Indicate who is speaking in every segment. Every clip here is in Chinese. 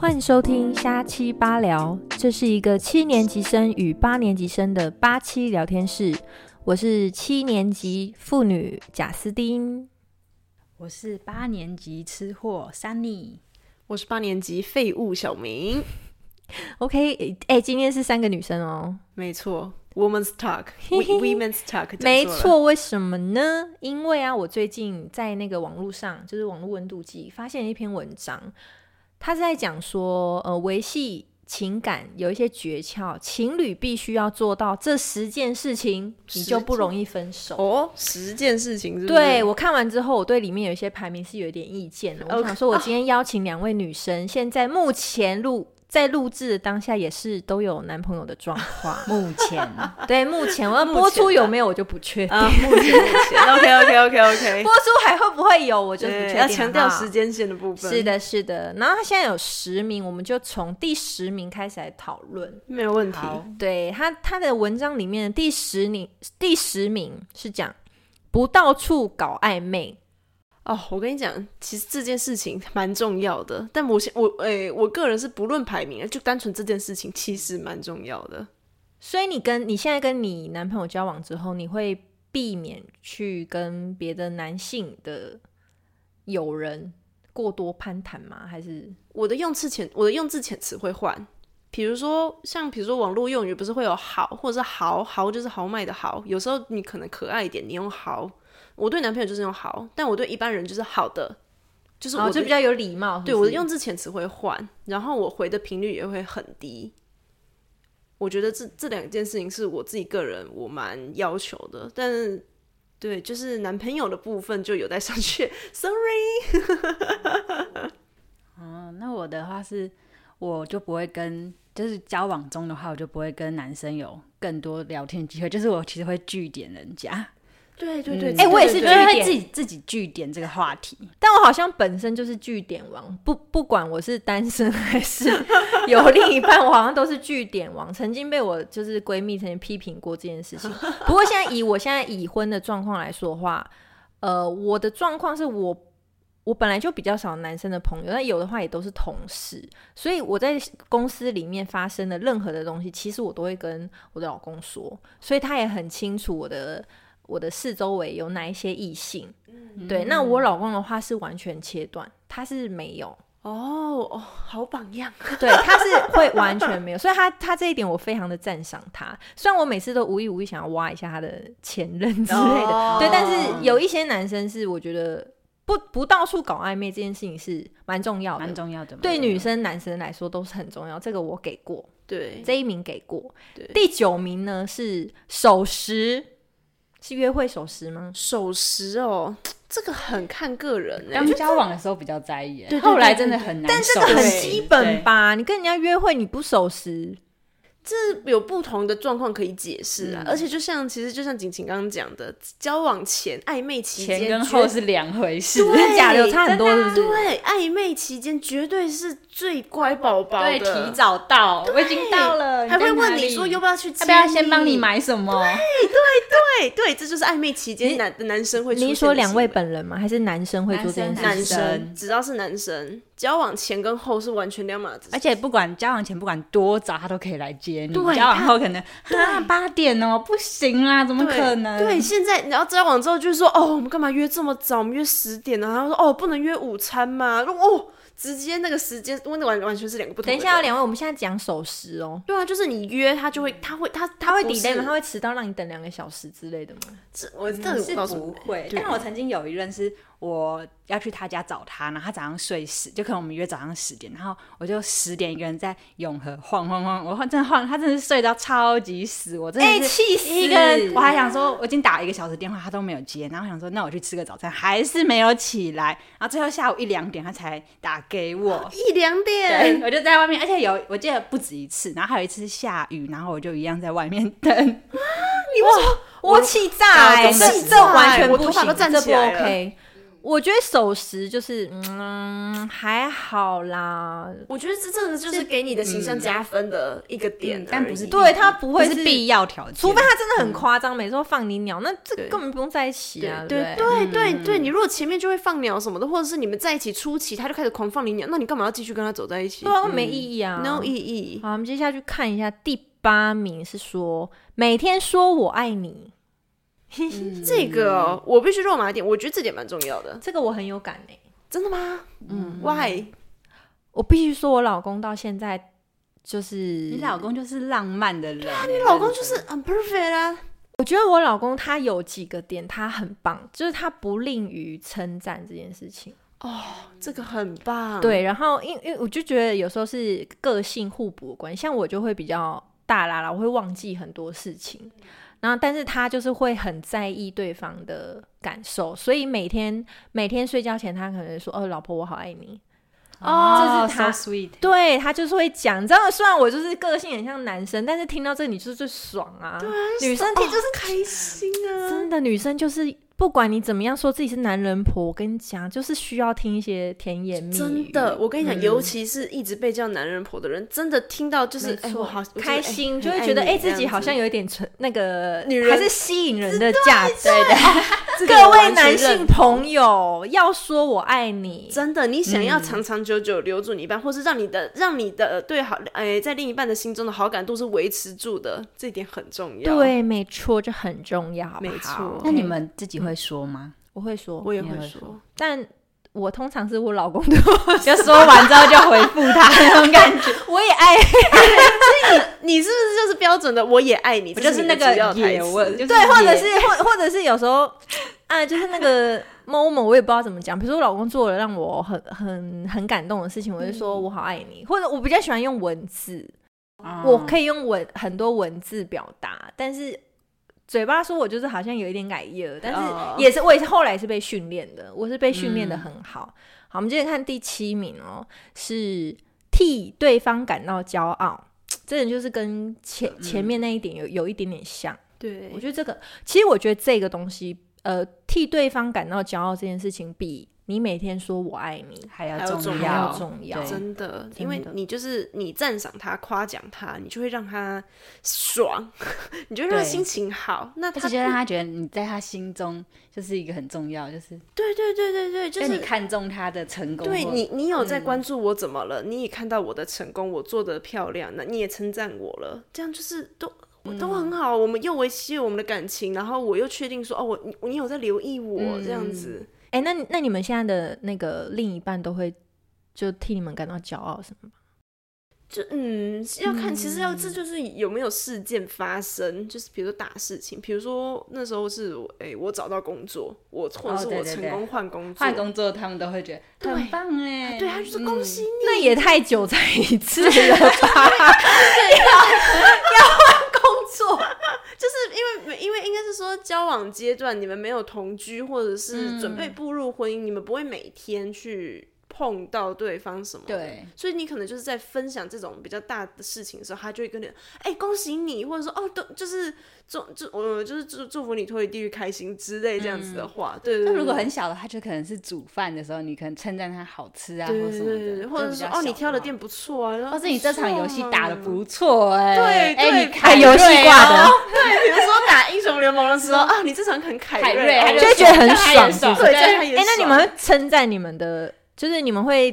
Speaker 1: 欢迎收听虾七八聊，这是一个七年级生与八年级生的八七聊天室。我是七年级妇女贾斯汀。
Speaker 2: 我是八年级吃货 Sunny，。
Speaker 3: 我是八年级废物小明，
Speaker 1: OK，诶哎、今天是三个女生哦。
Speaker 3: 没错，Women's Talk，We- Women's Talk，讲错了
Speaker 1: 没，错，为什么呢？因为啊，我最近在那个网络上，就是网络温度计，发现了一篇文章，他是在讲说，呃，维系情感有一些诀窍，情侣必须要做到这十件事情，你
Speaker 3: 十
Speaker 1: 就不
Speaker 3: 件
Speaker 1: 容易分手。
Speaker 3: 哦，十件事情是不是？
Speaker 1: 对我看完之后，我对里面有一些排名是有一点意见的。我
Speaker 3: OK，
Speaker 1: 想 说，我今天邀请两位女生，现在目前录在录制的当下也是都有男朋友的状 况
Speaker 2: 目前
Speaker 1: 对，目前我要
Speaker 3: 目
Speaker 1: 播
Speaker 3: 前
Speaker 1: 出
Speaker 3: 啊
Speaker 1: 有没有我就不确定，
Speaker 3: 啊，目前目前，OK OK OK OK，
Speaker 1: 播出还会不会有我就不确定。
Speaker 3: 哎要强调
Speaker 1: 好不好
Speaker 3: 时。间线的部分。
Speaker 1: 是，的，是的。然后他现在有十名，我们就从第十名开始来讨论。
Speaker 3: 没有问题。
Speaker 2: 好，
Speaker 1: 对他他的文章里面的第十名，第十名是讲不到处搞暧昧，
Speaker 3: 哦，我跟你讲，其实这件事情蛮重要的，但我先我诶、我个人是不论排名，就单纯这件事情其实蛮重要的。
Speaker 1: 所以你跟你现在跟你男朋友交往之后，你会避免去跟别的男性的友人过多攀谈吗？还是
Speaker 3: 我的用字遣我的用字遣词会换，比如说像比如说网络用语不是会有好或者是豪豪就是豪迈的豪，有时候你可能可爱一点，你用豪。我对男朋友就是用豪，但我对一般人就是好的，就是我
Speaker 1: 哦，
Speaker 3: 的、
Speaker 1: 就比较有礼貌
Speaker 3: 对我的
Speaker 1: 的
Speaker 3: 用字遣词会换，然后我回的频率也会很低。我觉得这这两件事情是我自己个人我蛮要求的，但是对就是男朋友的部分就有待商榷。Sorry，
Speaker 2: 嗯，那我的话是，我就不会跟，就是交往中的话，我就不会跟男生有更多聊天机会，就是我其实会据点人家，
Speaker 3: 对对对，
Speaker 1: 哎我也是
Speaker 3: 对
Speaker 1: 据
Speaker 2: 就
Speaker 3: 嗯对
Speaker 1: 点
Speaker 2: 是会自己自己据点这个话题，
Speaker 1: 但我好像本身就是据点王，不不管我是单身还是有另一半，我好像都是据点王。曾经被我就是闺蜜曾经批评过这件事情。不过现在以我现在已婚的状况来说的话，呃，我的状况是我我本来就比较少男生的朋友，但有的话也都是同事，所以我在公司里面发生的任何的东西，其实我都会跟我的老公说，所以他也很清楚我的我的四周围有哪一些异性。
Speaker 3: 嗯
Speaker 1: 对，那我老公的话是完全切断，他是没有，
Speaker 3: 哦哦，好榜样。
Speaker 1: 对，他是会完全没有，所以他他这一点我非常的赞赏他。虽然我每次都无意无意想要挖一下他的前任之类的，
Speaker 3: 哦
Speaker 1: 对，但是有一些男生是我觉得不不到处搞暧昧这件事情是蛮重要
Speaker 2: 蛮
Speaker 1: 的，
Speaker 2: 重要的嘛。
Speaker 1: 对女生男生来说都是很重要。这个我给过，
Speaker 3: 对，
Speaker 1: 这一名给过
Speaker 3: 对。
Speaker 1: 第九名呢是守时，是约会守时吗？
Speaker 3: 守时哦，这个很看个人哎、
Speaker 2: 刚交往的时候比较在意，
Speaker 3: 对对
Speaker 2: 后来真的很难
Speaker 1: 但
Speaker 2: 受，
Speaker 1: 这个很
Speaker 3: 对
Speaker 1: 基本
Speaker 2: 吧？
Speaker 1: 吧，你跟人家约会你不守时，
Speaker 3: 是有不同的状况可以解释
Speaker 2: 嗯
Speaker 3: 啊。而且就像其实就像景晴刚刚讲的，交往前暧昧期间
Speaker 2: 前跟
Speaker 3: 绝
Speaker 2: 后是两回事，
Speaker 1: 真的假的？有差很多是不是？
Speaker 3: 对暧昧期间绝对是最乖宝宝的，
Speaker 2: 对，提早到，我已经到了，
Speaker 3: 还会
Speaker 2: 在哪
Speaker 3: 问你
Speaker 2: 里
Speaker 3: 说要不要去接，
Speaker 2: 要不要先帮你？买什么？
Speaker 3: 对对，这就是暧昧期间男男生会出现
Speaker 1: 你
Speaker 3: 的
Speaker 1: 是说两位
Speaker 3: 行为
Speaker 1: 本人吗？还是男生会做这件事？
Speaker 3: 男
Speaker 2: 男
Speaker 3: 生，
Speaker 2: 生
Speaker 3: 只要是男生，交往前跟后是完全两码子事
Speaker 2: 而。且不管交往前不管多早，他都可以来接你。
Speaker 3: 对
Speaker 2: 交往后可能啊八点哦，不行啦，怎么
Speaker 3: 对
Speaker 2: 可能？
Speaker 3: 对，现在你要交往之后就是说，哦，我们干嘛约这么早？我们约十点呢、啊？然后说，哦，不能约午餐吗？哦，直接那个时间，完完完全是两个不同
Speaker 1: 等
Speaker 3: 的
Speaker 1: 一
Speaker 3: 人。
Speaker 1: 下，两位，我们现在讲守时哦。
Speaker 3: 对啊，就是你约他就会，他会他
Speaker 1: 他会
Speaker 3: 不
Speaker 1: delay 吗？
Speaker 3: 是
Speaker 1: 他会迟到让你等两个小时之类的吗？
Speaker 3: 这我这个我
Speaker 2: 是
Speaker 3: 告诉
Speaker 2: 不
Speaker 3: 你，
Speaker 2: 会。
Speaker 3: 对
Speaker 2: 但我曾经有一任是我要去他家找他，然后他早上睡死，就可能我们约早上十点，然后我就十点一个人在永和晃晃晃，我晃真的晃，他真的是睡到超级哎死，我
Speaker 3: 哎
Speaker 2: 真的是。
Speaker 1: 气
Speaker 2: 一个人，我还想说，我已经打了一个小时电话，他都没有接，然后想说，那我去吃个早餐，还是没有起来，然后最后下午一两点他才打给我，
Speaker 3: 一两点
Speaker 2: 对， 我就在外面，而且有我记得不止一次，然后还有一次下雨，然后我就一样在外面 等。
Speaker 1: 哇，我气炸哎！哎
Speaker 3: 我气
Speaker 1: 这
Speaker 3: 炸
Speaker 1: 这完全
Speaker 3: 我
Speaker 1: 不
Speaker 3: 头发
Speaker 1: 行，
Speaker 3: 都站
Speaker 1: 这
Speaker 3: 起
Speaker 1: 不
Speaker 3: 来了
Speaker 1: OK。我觉得守时就是嗯还好啦，
Speaker 3: 我觉得这真的就是给你的形象加分的一个点而已、
Speaker 2: 嗯但不是
Speaker 1: 对他不会
Speaker 2: 这是必要条件，
Speaker 1: 除非他真的很夸张，每次都放你鸟，那这
Speaker 4: 对
Speaker 1: 根本不用在一起啊，
Speaker 4: 对
Speaker 1: 不对？
Speaker 3: 对
Speaker 2: 对
Speaker 3: 对
Speaker 2: 嗯
Speaker 3: 对，
Speaker 2: 对
Speaker 3: 你
Speaker 2: 你
Speaker 3: 如果前面就会放鸟什么的，或者是你们在一起初期他就开始狂放你鸟，那你干嘛要继续跟他走在一起
Speaker 1: 对啊，没意义啊
Speaker 3: ？No 意义。
Speaker 1: 好，我们接下去看一下第八名是说每天说我爱你，
Speaker 3: 这个我必须肉麻一点，我觉得这点蛮重要的。
Speaker 1: 这个我很有感哎、
Speaker 3: 真的吗？嗯，Why？
Speaker 1: 我必须说我老公到现在就是
Speaker 2: 你老公就是浪漫的人，
Speaker 3: 你老公就是 I'm perfect 啊，
Speaker 1: 我觉得我老公他有几个点他很棒，就是他不吝于称赞这件事情。
Speaker 3: 这个很棒。，
Speaker 1: 对，然后因因为我就觉得有时候是个性互补的关系，像我就会比较大啦啦，我会忘记很多事情。然后，但是他就是会很在意对方的感受，所以每天每天睡觉前，他可能说：“哦，老婆，我好爱你。”
Speaker 2: 哦，
Speaker 1: 这是他
Speaker 2: so sweet，
Speaker 1: 对他就是会讲，你知道，虽然我就是个性很像男生，但是听到这里就是最爽啊。女生听就是、
Speaker 3: 开心啊。
Speaker 1: 真的，女生就是不管你怎么样说自己是男人婆，我跟你讲，就是需要听一些甜言蜜语。
Speaker 3: 真的，我跟你讲，
Speaker 1: 嗯
Speaker 3: 尤其是一直被叫男人婆的人，真的听到就是
Speaker 1: 没
Speaker 3: 哎，
Speaker 1: 错
Speaker 3: 我好我就是
Speaker 1: 开
Speaker 3: 哎
Speaker 1: 心，
Speaker 3: 很
Speaker 1: 就会
Speaker 3: 爱
Speaker 1: 觉得
Speaker 3: 你
Speaker 1: 哎、
Speaker 3: 这
Speaker 1: 自己
Speaker 3: 样
Speaker 1: 好
Speaker 3: 子
Speaker 1: 像有一点纯那个
Speaker 3: 女人
Speaker 1: 还是吸引人的价值。
Speaker 3: 这个
Speaker 1: 各
Speaker 3: 我
Speaker 1: 位
Speaker 3: 完全
Speaker 1: 男
Speaker 3: 认
Speaker 1: 性朋友，要说我爱你，
Speaker 3: 真的，你想要长长久久留住你一半，或是让你的让你的对好，哎，在另一半的心中的好感度是维持住的，这一点很重要。，
Speaker 1: 对，没错，这很重要，好不
Speaker 3: 没
Speaker 1: 好
Speaker 3: 错
Speaker 2: 那你们自己会说吗？
Speaker 1: 我会说，
Speaker 3: 我也
Speaker 2: 你
Speaker 3: 会
Speaker 2: 会
Speaker 3: 说，
Speaker 1: 但我通常是我老公对我，
Speaker 2: 就说完之后就回复他那种感觉，
Speaker 1: 我也爱，
Speaker 3: 你是不是就是标准的我也爱你？
Speaker 2: 我
Speaker 3: 这
Speaker 2: 就是是
Speaker 3: 你
Speaker 2: 那
Speaker 3: 的
Speaker 2: 个
Speaker 3: 主要台
Speaker 2: 也
Speaker 3: 词
Speaker 2: 问，就 是
Speaker 1: 对，或者
Speaker 2: 也
Speaker 1: 是或或者是有时候，啊，就是那 个某某，我也不知道怎么讲，比如说我老公做了让我很很很感动的事情，我就说我好爱你，或者我比较喜欢用文字，我可
Speaker 2: 以
Speaker 1: 以用文很多文字表达，但是嘴巴说我就是好像有一点改业了，但
Speaker 3: 哦
Speaker 1: 是也是我也是后来是被训练的，我是被训练的很好。好，我们接着看第七名哦，是替对方感到骄傲，这点就是跟前前面那一点有有一点点像。
Speaker 4: 对
Speaker 1: 我，觉得这个，其实我觉得这个东西，呃，替对方感到骄傲这件事情，比你每天说我爱你
Speaker 2: 还要
Speaker 3: 还要重
Speaker 2: 重
Speaker 1: 还要
Speaker 3: 要
Speaker 1: 重要。
Speaker 2: 对
Speaker 3: 真的，
Speaker 1: 真
Speaker 3: 因为
Speaker 1: 的
Speaker 3: 你就是你赞赏他、夸奖他，你就会让他爽， 你就会让他
Speaker 2: 对
Speaker 3: 心情好。那
Speaker 2: 而
Speaker 3: 他
Speaker 2: 且就让他觉得你在他心中就是一个很重要，就是
Speaker 3: 对对对对对，就
Speaker 2: 就是你
Speaker 3: 是
Speaker 2: 看中他的成功或，
Speaker 3: 对你，你有在
Speaker 2: 嗯
Speaker 3: 关注我怎么了？你也看到我的成功，我做的漂亮，那你也称赞我了，这样就是都。都很
Speaker 2: 嗯
Speaker 3: 好，我们又维系我们的感情，然后我又确定说，哦，我你你有在留意我、
Speaker 2: 嗯
Speaker 3: 这样子，
Speaker 1: 哎、那你那你们现在的那个另一半都会就替你们感到骄傲什么吗？
Speaker 3: 就嗯，要看，其实要
Speaker 2: 嗯
Speaker 3: 这就是有没有事件发生，就是比如说大事情，比如说那时候是我，哎、我找到工作，我或者
Speaker 2: 哦
Speaker 3: 是
Speaker 2: 对
Speaker 3: 我
Speaker 2: 对
Speaker 3: 成
Speaker 2: 对
Speaker 3: 功换工作，
Speaker 2: 换工作，他们都会觉得
Speaker 3: 对
Speaker 2: 很棒哎，
Speaker 3: 对，他就是恭喜你，
Speaker 1: 那也太久才一次 了吧？要要换工作，
Speaker 3: 就是因为因为应该是说交往阶段，你们没有同居，或者是
Speaker 2: 嗯
Speaker 3: 准备步入婚姻，你们不会每天去碰到对方什么的。
Speaker 2: 对，
Speaker 3: 所以你可能就是在分享这种比较大的事情的时候，他就会跟你哎、恭喜你，或者说哦都就是祝祝我就是祝祝福你脱离地狱开心之类这样子的话。对对对
Speaker 2: 嗯那如果很小的，他就可能是煮饭的时候，你可能称赞他好吃啊，或
Speaker 3: 对对
Speaker 2: 什么
Speaker 3: 对对对，
Speaker 2: 的，
Speaker 3: 或者
Speaker 2: 就比
Speaker 3: 说
Speaker 2: 较
Speaker 3: 哦你
Speaker 2: 小
Speaker 3: 挑的
Speaker 2: 嘛
Speaker 3: 店，不错啊，然后
Speaker 2: 或是你这场游戏打的
Speaker 3: 错啊
Speaker 2: 不错哎，
Speaker 3: 对对
Speaker 2: 哎，你
Speaker 3: 对
Speaker 2: 凯
Speaker 1: 游戏
Speaker 2: 瑞
Speaker 1: 挂 的
Speaker 2: 哦，
Speaker 3: 对，比如说打英雄联盟的时候啊，你这场很凯
Speaker 2: 凯
Speaker 3: 瑞
Speaker 2: 瑞，
Speaker 3: 哦，
Speaker 2: 他
Speaker 1: 就会觉得很爽
Speaker 2: 这样他也
Speaker 1: 是不
Speaker 3: 对，
Speaker 1: 是
Speaker 3: 这样他也
Speaker 1: 哎、那你
Speaker 3: 爽
Speaker 1: 们会称赞你们的，就是你们会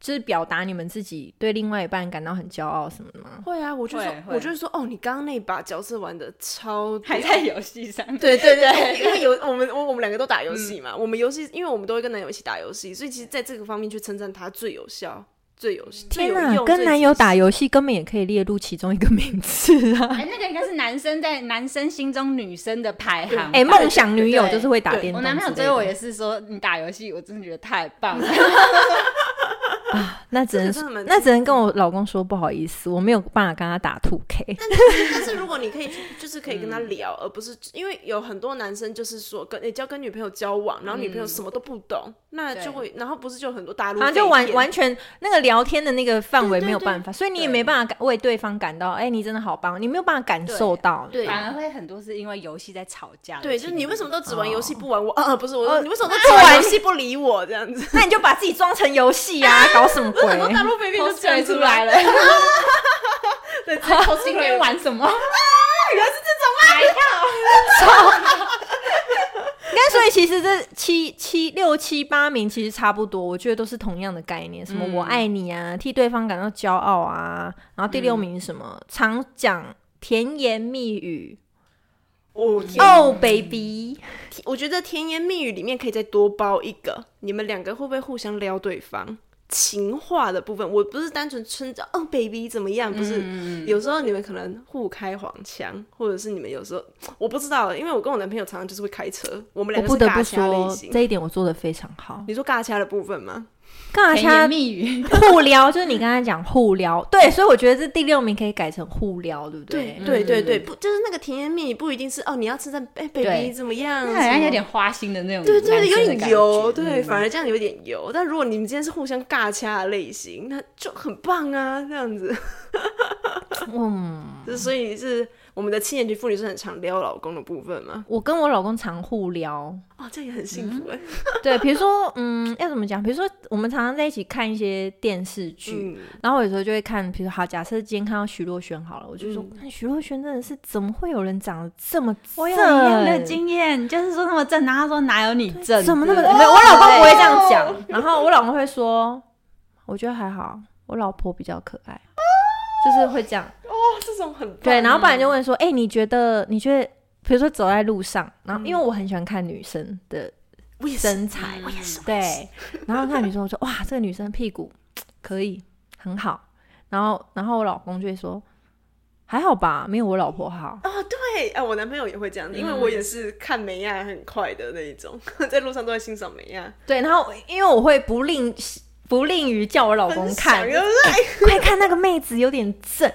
Speaker 1: 就是表达你们自己对另外一半感到很骄傲什么的吗？
Speaker 3: 会啊，我就说
Speaker 2: 会，会
Speaker 3: 我就说，哦，你刚刚那把角色玩的超屌
Speaker 2: 还在游戏上，
Speaker 3: 对对对，因为有我们我我们两个都打游戏嘛，我们游戏，因为我们都会跟男友一起打游戏，所以其实在这个方面去称赞他最有效、最有最
Speaker 1: 天
Speaker 3: 有
Speaker 1: 哪，
Speaker 3: 用。
Speaker 1: 跟
Speaker 3: 最
Speaker 1: 男
Speaker 3: 及
Speaker 1: 友打
Speaker 3: 时
Speaker 1: 游戏根本也可以列入其中一个名字啊！
Speaker 2: 哎，那个应该是男生在男生心中女生的排 行。
Speaker 1: 哎、梦想女友
Speaker 2: 对
Speaker 1: 就是会打
Speaker 3: 对
Speaker 1: 电动
Speaker 2: 我
Speaker 1: 之类的，
Speaker 2: 男朋友追我也是说，你打游戏，我真的觉得太棒了。
Speaker 1: 那只
Speaker 3: 这个真的
Speaker 1: 能
Speaker 3: 蛮
Speaker 1: 那只能跟我老公说不好意思，我没有办法跟他打 two K。
Speaker 3: 但是如果你可以去，就是可以跟他聊，而不是因为有很多男生就是说跟你交跟女朋友交往，然后女朋友什么都不懂，那就会，然后不是就很多大陆
Speaker 1: 啊，就完
Speaker 3: 废片
Speaker 1: 完全那个聊天的那个范围没有办法，所以你也没办法感为对方感到，哎、你真的好棒，你没有办法感受到。
Speaker 3: 对
Speaker 2: 反而会很多是因为游戏在吵架的情
Speaker 3: 对，
Speaker 2: 侣。
Speaker 3: 就是你为什么都只玩游戏不玩我？ 啊，不是我说，
Speaker 1: 哦
Speaker 3: 你为什么都只玩游戏不理我这样子？
Speaker 1: 那你就把自己装成游戏啊，搞什么鬼？
Speaker 3: 很多大陆废片就这样
Speaker 2: 出来
Speaker 3: 了，
Speaker 2: 了？
Speaker 3: 对，直接投
Speaker 2: 今
Speaker 3: 进来
Speaker 2: 天玩什
Speaker 1: 啊
Speaker 2: 么？
Speaker 1: 但所以其实这七七六七八名其实差不多，我觉得都是同样的概念，什么我爱你啊，替对方感到骄傲啊，然后第六名是什么、常讲甜言蜜语
Speaker 3: 哦天
Speaker 1: 哦、baby，
Speaker 3: 我觉得甜言蜜语里面可以再多包一个，你们两个会不会互相撩对方？情话的部分，我不是单纯称着哦，baby 怎么样？不
Speaker 1: 嗯
Speaker 3: 是，有时候你们可能互开黄腔，或者是你们有时候我不知道，因为我跟我男朋友常常就是会开车，我们
Speaker 1: 我
Speaker 3: 两个
Speaker 1: 不
Speaker 3: 是
Speaker 1: 得不
Speaker 3: 尬掐类
Speaker 1: 说
Speaker 3: 型。
Speaker 1: 这一点我做的非常好。
Speaker 3: 你说尬掐的部分吗？
Speaker 1: 尬
Speaker 2: 甜言
Speaker 1: 掐
Speaker 2: 蜜语，
Speaker 1: 互撩，就是你刚才讲互撩， 对，所以我觉得这第六名可以改成互撩，对不嗯对？
Speaker 3: 对对对，不就是那个甜言蜜语不一定是哦，你要称赞哎，baby
Speaker 2: 对
Speaker 3: 怎么样？
Speaker 2: 那好像
Speaker 3: 什么
Speaker 2: 有点花心的那嗯种，
Speaker 3: 对对，有点油，
Speaker 2: 油，
Speaker 1: 嗯
Speaker 3: 对，反
Speaker 2: 而
Speaker 3: 而这样有点油。但如果你们今天是互相尬掐的类型，那就很棒啊，这样子。
Speaker 1: 嗯，
Speaker 3: 就所以是我们的七年级妇女是很常撩老公的部分嘛？
Speaker 1: 我跟我老公常互撩，
Speaker 3: 哦，这样也很幸福
Speaker 1: 欸
Speaker 3: 哎、
Speaker 1: 对，比如说，嗯，要怎么讲？比如说，我们常常在一起看一些电视剧，
Speaker 3: 嗯，
Speaker 1: 然后我有时候就会看，比如说，好，假设今天看到徐若瑄好了，我就说，
Speaker 3: 嗯
Speaker 1: 看徐若瑄真的是怎么会有人长得这么正？
Speaker 2: 我有一样的经验，就是说那么正，然后他说哪有你正，
Speaker 1: 怎么那么
Speaker 2: 对
Speaker 1: 没有？我老公不会这样讲，然后我老公会说，我觉得还好，我老婆比较可爱，就是会这样。
Speaker 3: 哦，这种很棒
Speaker 1: 对，啊然后不然就问说，哎、你觉得你觉得，比如说走在路上，然后因为我很喜欢看女生的
Speaker 3: 我也是，
Speaker 1: 身材，嗯
Speaker 2: 我也是
Speaker 1: 对， 然后看女生，我说哇，这个女生屁股嗯可以很好，然后然后我老公就会说，还好吧，没有我老婆好。
Speaker 3: 哦，对，哎、我男朋友也会这样子，因为我
Speaker 1: 嗯
Speaker 3: 也是看美亚很快的那一种， 在路上都在欣赏美亚，
Speaker 1: 对，然后因为我会不吝不吝于叫我老公看嗯
Speaker 3: 很，爽对不对
Speaker 1: 快看那个妹子有点 正。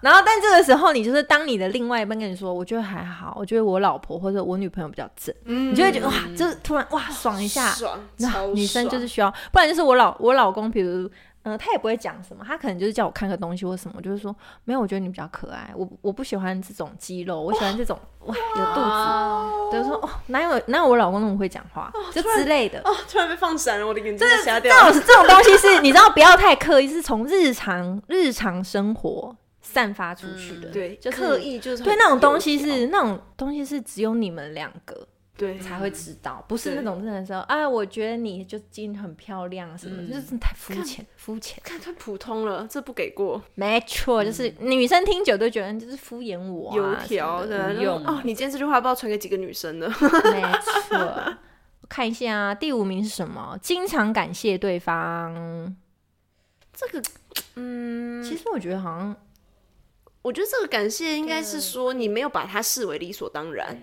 Speaker 1: 然后，但这个时候，你就是当你的另外一半跟你说，我觉得还好，我觉得我老婆或者我女朋友比较正，你就会觉得哇，就是突然哇爽一下，
Speaker 3: 嗯爽，
Speaker 1: 那
Speaker 3: 超
Speaker 1: 女生
Speaker 3: 爽
Speaker 1: 就是需要，不然就是我老我老公，比如。嗯、他也不会讲什么，他可能就是叫我看个东西或什么，我就是说没有，我觉得你比较可爱，我我不喜欢这种肌肉，我喜欢这种哇有肚子，对，我说哦，哪有哪有我老公那么会讲话，就之类的。
Speaker 3: 哦，突然被放闪了，我的眼睛都瞎掉
Speaker 1: 这
Speaker 3: 了。
Speaker 1: 种这种东西是你知道不要太刻意，是从日常日常生活散发出去的。
Speaker 3: 嗯对，
Speaker 1: 就是
Speaker 3: 刻意就是
Speaker 1: 对，那种东西
Speaker 3: 很油条
Speaker 1: 是那种东西是只有你们两个
Speaker 3: 对
Speaker 1: 才会知道，不是
Speaker 3: 对
Speaker 1: 那种真的说，哎，我觉得你就今天很漂亮啊什么的，就是真的太肤浅，肤浅。
Speaker 3: 嗯看太普通了，这不给过。
Speaker 1: 没错，就是女生听久都觉得你就是敷衍我啊，
Speaker 3: 嗯油条
Speaker 1: 什么
Speaker 3: 的
Speaker 1: 的，
Speaker 2: 无用
Speaker 3: 哦，你今天这句话不知道传给几个女生 了。
Speaker 1: 没错。我看一下啊，第五名是什么？经常感谢对方。
Speaker 3: 这个，嗯，
Speaker 1: 其实我觉得好像
Speaker 3: 我觉得这个感谢应该是说你没有把它视为理所当然。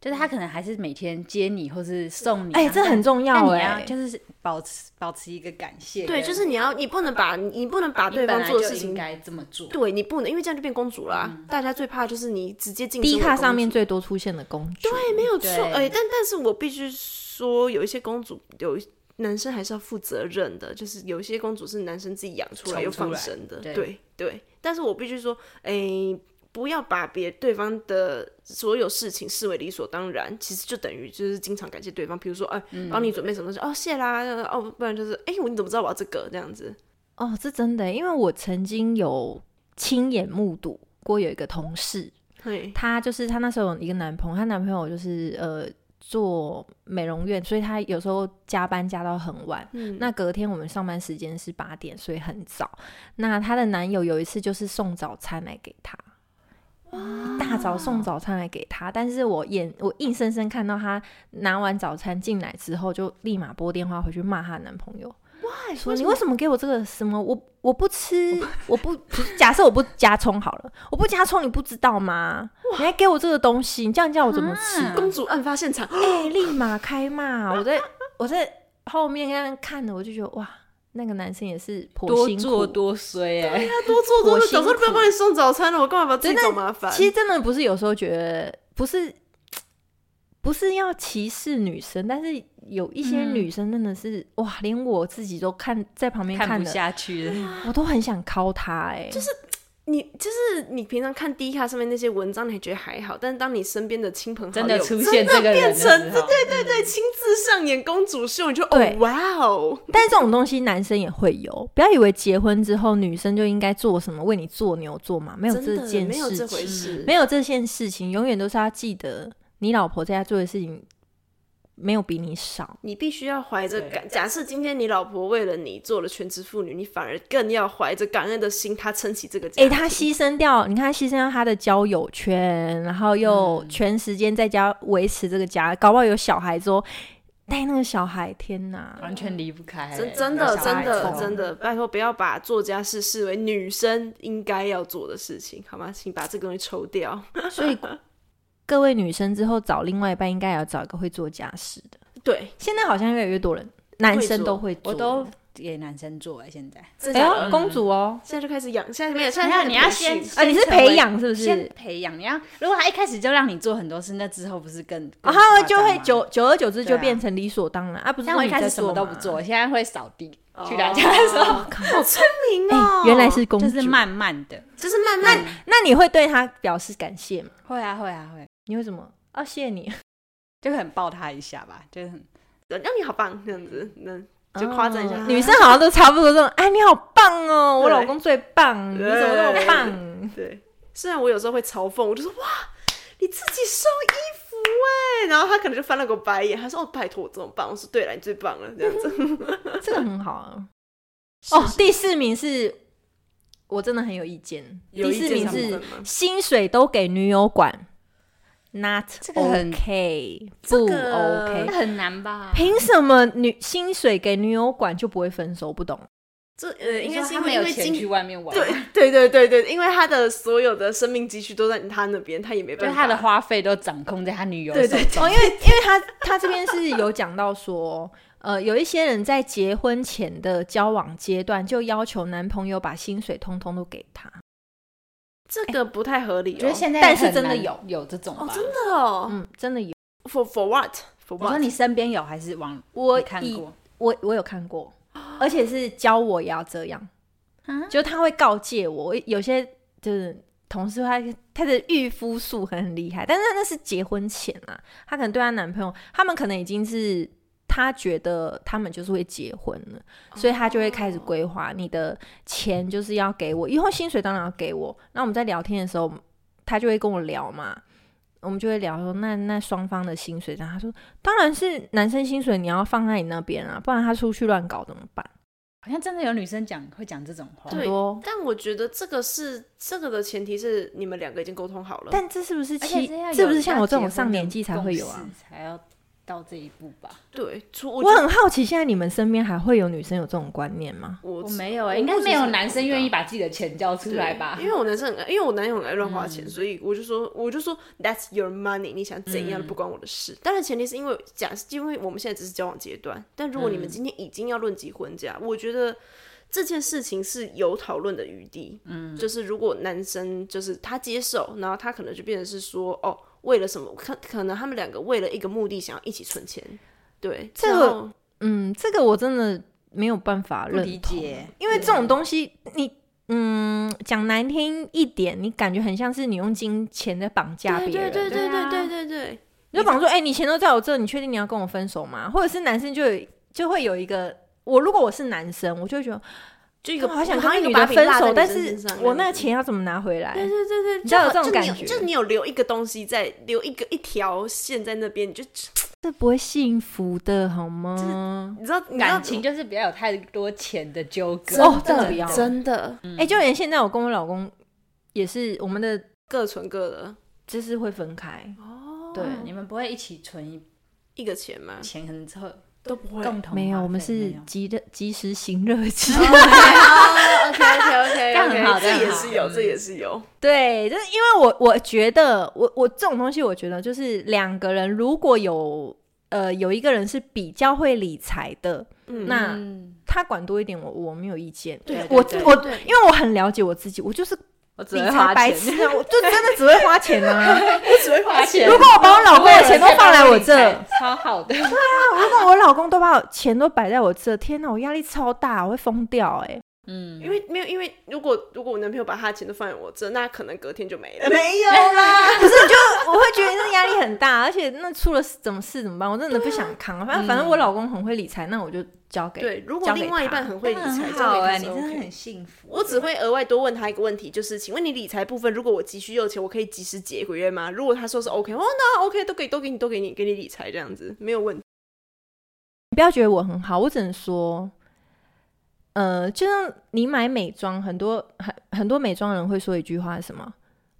Speaker 2: 就是他可能还是每天接你或是送你啊，
Speaker 1: 哎、这很重
Speaker 2: 但
Speaker 1: 要
Speaker 2: 你
Speaker 1: 哎、
Speaker 2: 要就是保持保持一个感谢跟，
Speaker 3: 对，就是你要，你不能把你不能把
Speaker 2: 你
Speaker 3: 对
Speaker 2: 本
Speaker 3: 方
Speaker 2: 来
Speaker 3: 做的
Speaker 2: 就
Speaker 3: 事
Speaker 2: 应
Speaker 3: 情，
Speaker 2: 该这么做，
Speaker 3: 对你不能，因为这样就变公主啦。大家最怕就是你直接进
Speaker 1: 低
Speaker 3: 身为
Speaker 1: 卡
Speaker 3: 公
Speaker 1: 上面
Speaker 3: 主
Speaker 1: 最多出现的工具。
Speaker 3: 对，没有错。
Speaker 2: 对
Speaker 3: 哎、但但是我必须说，有一些公主有一男生还是要负责任的，就是有一些公主是男生自己养出来
Speaker 2: 宠
Speaker 3: 又
Speaker 2: 出来
Speaker 3: 放生的，
Speaker 2: 对
Speaker 3: 对对。但是我必须说，哎、不要把别对方的所有事情视为理所当然，其实就等于就是经常感谢对方，比如说，哎、帮你准备什么东西，哦，谢啦，哦，不然就是，哎、我你怎么知道我要这个这样子？
Speaker 1: 哦，这真的欸，因为我曾经有亲眼目睹过有一个同事，
Speaker 3: 嘿，
Speaker 1: 她就是她那时候有一个男朋友，她男朋友就是呃做美容院，所以她有时候加班加到很晚。
Speaker 3: 嗯，
Speaker 1: 那隔天我们上班时间是八点，所以很早。那她的男友有一次就是送早餐来给她，一大早送早餐来给她，但是我眼我硬生生看到她拿完早餐进来之后，就立马拨电话回去骂她男朋友。
Speaker 3: 哎
Speaker 1: 说你为什么给我这个什么？我我不吃，我不不是假设我不加葱好了，我不加葱你不知道吗？你还给我这个东西，你这样叫我怎么吃？
Speaker 2: 啊
Speaker 3: 公主案发现场，
Speaker 1: 哎哦哎、立马开骂！我在我在后面看看的，我就觉得哇，那个男生也是颇
Speaker 2: 多
Speaker 1: 辛苦，
Speaker 2: 做多衰哎、
Speaker 3: 多做多
Speaker 1: 我
Speaker 3: 的，
Speaker 1: 辛
Speaker 3: 早
Speaker 1: 苦
Speaker 3: 知道不要帮你送早餐了，我干嘛把自己找麻烦？
Speaker 1: 其实真的不是，有时候觉得不是不是要歧视女生，但是有一些
Speaker 2: 嗯
Speaker 1: 女生真的是、哇，连我自己都看在旁边
Speaker 2: 啊看
Speaker 1: 看
Speaker 2: 不
Speaker 1: 的，
Speaker 2: 下去了。
Speaker 1: 我都很想敲她哎、就是
Speaker 3: 你就是你平常看 D 卡上面那些文章，你还觉得还好，但是当你身边的亲朋好友
Speaker 2: 真的出现这个人的
Speaker 3: 变
Speaker 2: 时
Speaker 3: 成
Speaker 2: 候
Speaker 3: 对对对对亲自上演公主秀，你就哦
Speaker 1: 对
Speaker 3: 哇哦，
Speaker 1: 但这种东西男生也会有，不要以为结婚之后女生就应该做什么为你做牛做马，没有
Speaker 3: 真
Speaker 1: 这
Speaker 3: 的
Speaker 1: 件
Speaker 3: 没有
Speaker 1: 事
Speaker 3: 这
Speaker 1: 情，
Speaker 3: 回事，
Speaker 1: 没有这件事情，永远都是要记得你老婆在家做的事情没有比你少。
Speaker 3: 你必须要怀着
Speaker 2: 对
Speaker 3: 感。假设今天你老婆为了你做了全职妇女，你反而更要怀着感恩的心，她撑起这个家。
Speaker 1: 哎、他牺牲掉，你看他牺牲掉他的交友圈，然后又全时间在家维持这个家，搞不好有小孩之后带那个小孩，天哪！
Speaker 2: 完全离不开欸、
Speaker 3: 真真的
Speaker 2: 有小
Speaker 3: 真
Speaker 2: 孩
Speaker 3: 的
Speaker 2: 子
Speaker 3: 真的，拜托不要把做家事视为女生应该要做的事情，好吗？请把这个东西抽掉。
Speaker 1: 所以各位女生之后找另外一半，应该也要找一个会做家事的。
Speaker 3: 对，
Speaker 1: 现在好像越来越多人，男生都会做，
Speaker 2: 我都给男生做哎、现在。
Speaker 3: 真
Speaker 1: 哎
Speaker 3: 的假的
Speaker 1: 呦，公主哦，
Speaker 3: 现在就开始养，现在没有，现
Speaker 2: 等一下
Speaker 3: 在
Speaker 2: 你要先
Speaker 1: 啊，你是
Speaker 2: 成为
Speaker 1: 培养是不
Speaker 2: 先
Speaker 1: 是？
Speaker 2: 培养，你要如果他一开始就让你做很多事，那之后不是更
Speaker 1: 然
Speaker 2: 更
Speaker 1: 后
Speaker 2: 夸张
Speaker 1: 就会
Speaker 2: 吗
Speaker 1: 久久而久之
Speaker 2: 对
Speaker 1: 就
Speaker 2: 啊
Speaker 1: 变成理所当然啊，不是
Speaker 2: 像
Speaker 1: 说
Speaker 2: 我
Speaker 1: 你
Speaker 2: 一开始
Speaker 1: 在
Speaker 2: 什么都
Speaker 1: 吗
Speaker 2: 不做，我现在会扫地，去他家的时候
Speaker 3: 哦好聪明
Speaker 1: 哎、
Speaker 3: 哦！
Speaker 1: 原来是公主，
Speaker 2: 就是慢慢嗯的，
Speaker 3: 就是慢慢
Speaker 1: 那你会对他表示感谢吗？
Speaker 2: 会啊会啊会，
Speaker 1: 你会什么？啊，谢谢你。
Speaker 2: 就很抱他一下吧，就是很
Speaker 3: 让你好棒这样子，那就夸赞一下
Speaker 1: 哦女生好像都差不多这种，哎，你好棒哦，我
Speaker 3: 对
Speaker 1: 老公最棒，你怎
Speaker 3: 对
Speaker 1: 么那么棒？
Speaker 3: 对。虽然我有时候会嘲讽，我就说哇，你自己收衣服哎、然后他可能就翻了个白眼，他说哦，拜托我这么棒，我说对了，你最棒了这样子。
Speaker 1: 这个很好啊。哦，第四名是我真的很有意见，
Speaker 3: 有
Speaker 1: 第
Speaker 3: 意见
Speaker 1: 四名
Speaker 3: 什么
Speaker 1: 是
Speaker 3: 的吗
Speaker 1: 薪水都给女友管，not
Speaker 2: 这个很
Speaker 1: OK，不
Speaker 3: 个
Speaker 1: OK。
Speaker 2: 很难吧
Speaker 1: 凭什么女薪水给女友管就不会分手？不懂，
Speaker 3: 这呃，应该是
Speaker 2: 他
Speaker 3: 因
Speaker 2: 没
Speaker 3: 为
Speaker 2: 有
Speaker 3: 因为
Speaker 2: 钱
Speaker 3: 经
Speaker 2: 去外面玩，
Speaker 3: 对对对对对，因为他的所有的生命积蓄都在他那边，他也没
Speaker 2: 就
Speaker 3: 办
Speaker 2: 是
Speaker 3: 法。
Speaker 2: 他的花费都掌控在他女友
Speaker 3: 对
Speaker 2: 手
Speaker 3: 对哦
Speaker 2: 中。
Speaker 1: 因为因为他他这边是有讲到说，呃，有一些人在结婚前的交往阶段就要求男朋友把薪水通通都给他，
Speaker 3: 这个不太合理、哦。
Speaker 2: 我觉得现在
Speaker 1: 但是
Speaker 2: 很
Speaker 1: 真的
Speaker 2: 难
Speaker 1: 有
Speaker 2: 有这种吧，
Speaker 3: 哦，真的哦、
Speaker 1: 嗯，真的有，
Speaker 3: f o r for what？For
Speaker 2: 我说
Speaker 3: what？
Speaker 2: 你身边有还是网
Speaker 1: 我
Speaker 2: 你看
Speaker 1: 以
Speaker 2: 过？
Speaker 1: 我我有看过，而且是教我也要这样，
Speaker 2: 啊
Speaker 1: 就他会告诫我，我有些就是同事他他的御夫术很厉害，但是那是结婚前啊，她可能对她男朋友，他们可能已经是她觉得他们就是会结婚了，所以她就会开始规划你的钱就是要给我，以后薪水当然要给我。那我们在聊天的时候，她就会跟我聊嘛。我们就会聊说，那那双方的薪水，然后她说，当然是男生薪水你要放在你那边啊，不然他出去乱搞怎么办？
Speaker 2: 好像真的有女生讲会讲这种话，
Speaker 1: 很
Speaker 3: 对
Speaker 1: 多，
Speaker 3: 但我觉得这个是这个的前提是你们两个已经沟通好了。
Speaker 1: 但这是不是
Speaker 2: 而且
Speaker 1: 其
Speaker 2: 是要有
Speaker 1: 是不是像我这
Speaker 2: 要
Speaker 1: 种
Speaker 2: 结婚
Speaker 1: 上
Speaker 2: 的
Speaker 1: 年纪才会有
Speaker 2: 共
Speaker 1: 啊？
Speaker 2: 识才要到这一步吧？
Speaker 3: 对，除我
Speaker 1: 我
Speaker 3: 觉得
Speaker 1: 很好奇，现在你们身边还会有女生有这种观念吗？
Speaker 3: 我
Speaker 2: 我没有哎、
Speaker 3: 我
Speaker 2: 应该
Speaker 3: 目前
Speaker 2: 没有
Speaker 3: 是
Speaker 2: 男生愿意
Speaker 3: 不知道
Speaker 2: 把自己的钱交出来吧
Speaker 3: 对？因为我男生很爱，因为我男友很爱乱花钱，所以我就说，我就说 That's your money，你想怎样不关我的事。当然前提是因为假，因为我们现在只是交往阶段，但如果你们今天已经要论及婚嫁，我觉得。这件事情是有讨论的余地，嗯，就是如果男生就是他接受，然后他可能就变成是说，哦，为了什么？可可能他们两个为了一个目的想要一起存钱，对，
Speaker 1: 这个
Speaker 3: 然后
Speaker 1: 嗯，这个我真的没有办法
Speaker 2: 不
Speaker 1: 认
Speaker 2: 理
Speaker 1: 同，
Speaker 2: 解，
Speaker 1: 因为这种东西，你嗯讲难听一点，你感觉很像是你用金钱在绑架别人。
Speaker 3: 对对对
Speaker 2: 对啊
Speaker 3: 对对对对
Speaker 1: 你就绑说，哎、你钱都在我这，你确定你要跟我分手吗？或者是男生就有就会有一个，我如果我是男生，我就会觉得
Speaker 3: 就一
Speaker 1: 一
Speaker 3: 个
Speaker 1: 好想
Speaker 3: 好像
Speaker 1: 跟那
Speaker 3: 一个
Speaker 1: 女
Speaker 3: 把
Speaker 1: 的
Speaker 3: 柄
Speaker 1: 分
Speaker 3: 落在
Speaker 1: 手，
Speaker 3: 女
Speaker 1: 但
Speaker 3: 生
Speaker 1: 是
Speaker 3: 身上
Speaker 1: 我
Speaker 3: 这
Speaker 1: 那
Speaker 3: 样
Speaker 1: 个
Speaker 3: 子
Speaker 1: 钱要怎么拿回来？
Speaker 3: 对对对对，
Speaker 1: 你知道有
Speaker 3: 就
Speaker 1: 这种
Speaker 3: 就你
Speaker 1: 感觉
Speaker 3: 就是你有留一个东西在，留一个一条线在那边，你就
Speaker 1: 这不会幸福的好吗？
Speaker 3: 你知道你知道
Speaker 2: 感情就是不要有太多钱的纠葛。
Speaker 1: 哦，这个不要。哎、
Speaker 3: 真的
Speaker 2: 嗯
Speaker 1: 就连现在我跟我老公也是，我们的
Speaker 3: 各存各的
Speaker 1: 就是会分开。
Speaker 3: 哦
Speaker 1: 对
Speaker 2: 你们不会一起存一
Speaker 3: 一个钱吗？哦
Speaker 2: 钱，可能之后
Speaker 3: 都嗯不会。
Speaker 2: 共同
Speaker 1: 没有，
Speaker 2: 花
Speaker 1: 我们
Speaker 2: 费
Speaker 1: 是
Speaker 2: 没有
Speaker 1: 急的及时行乐期。
Speaker 3: OK OK OK，
Speaker 2: 这样很好
Speaker 3: 这
Speaker 2: 这
Speaker 3: 也
Speaker 2: 样好
Speaker 3: 是有，这也是
Speaker 1: 嗯
Speaker 3: 有。
Speaker 1: 对，就是因为我我觉得我我这种东西，我觉得就是两个人如果有呃有一个人是比较会理财的，
Speaker 3: 嗯
Speaker 1: 那
Speaker 2: 嗯，
Speaker 1: 他管多一点我我没有意见。
Speaker 2: 对
Speaker 1: 我
Speaker 2: 对
Speaker 1: 我因为我很了解我自己，我就是
Speaker 2: 我只
Speaker 1: 理
Speaker 2: 会
Speaker 1: 财
Speaker 2: 花
Speaker 1: 白
Speaker 2: 钱，
Speaker 1: 痴啊，我就真的只会花钱啊。
Speaker 3: 我只会 花钱
Speaker 1: 如果我把我老公的钱都放来我这，
Speaker 2: 超好 的。
Speaker 1: 如果啊我老公都把我钱都摆在我这，天哪，我压力超大，我会疯掉哎、
Speaker 2: 嗯，
Speaker 3: 因为没有，因为如果如果我男朋友把他的钱都放在我这，那可能隔天就没了。
Speaker 1: 没有啦，不是就我会觉得那压力很大，而且那出了什么事怎么办？我真的不想扛。反正反正我老公很会理财，那我就交给
Speaker 3: 对，如果
Speaker 1: 交给
Speaker 3: 另外一
Speaker 1: 他
Speaker 3: 半很会理财，
Speaker 2: 很
Speaker 3: 这
Speaker 2: 好
Speaker 3: 样
Speaker 2: 哎，
Speaker 3: 也
Speaker 2: 你
Speaker 3: 是
Speaker 2: 真的
Speaker 3: OK
Speaker 2: 很幸福。
Speaker 3: 我只会额外多问他一个问题，就是请问你理财部分，如果我急需用钱，我可以及时解约吗？如果他说是 OK，哦，那 OK 都给都给你，都给你，给你理财这样子，没有问题。
Speaker 1: 你不要觉得我很好，我只能说，呃，就像你买美妆，很多很很多美妆人会说一句话是什么？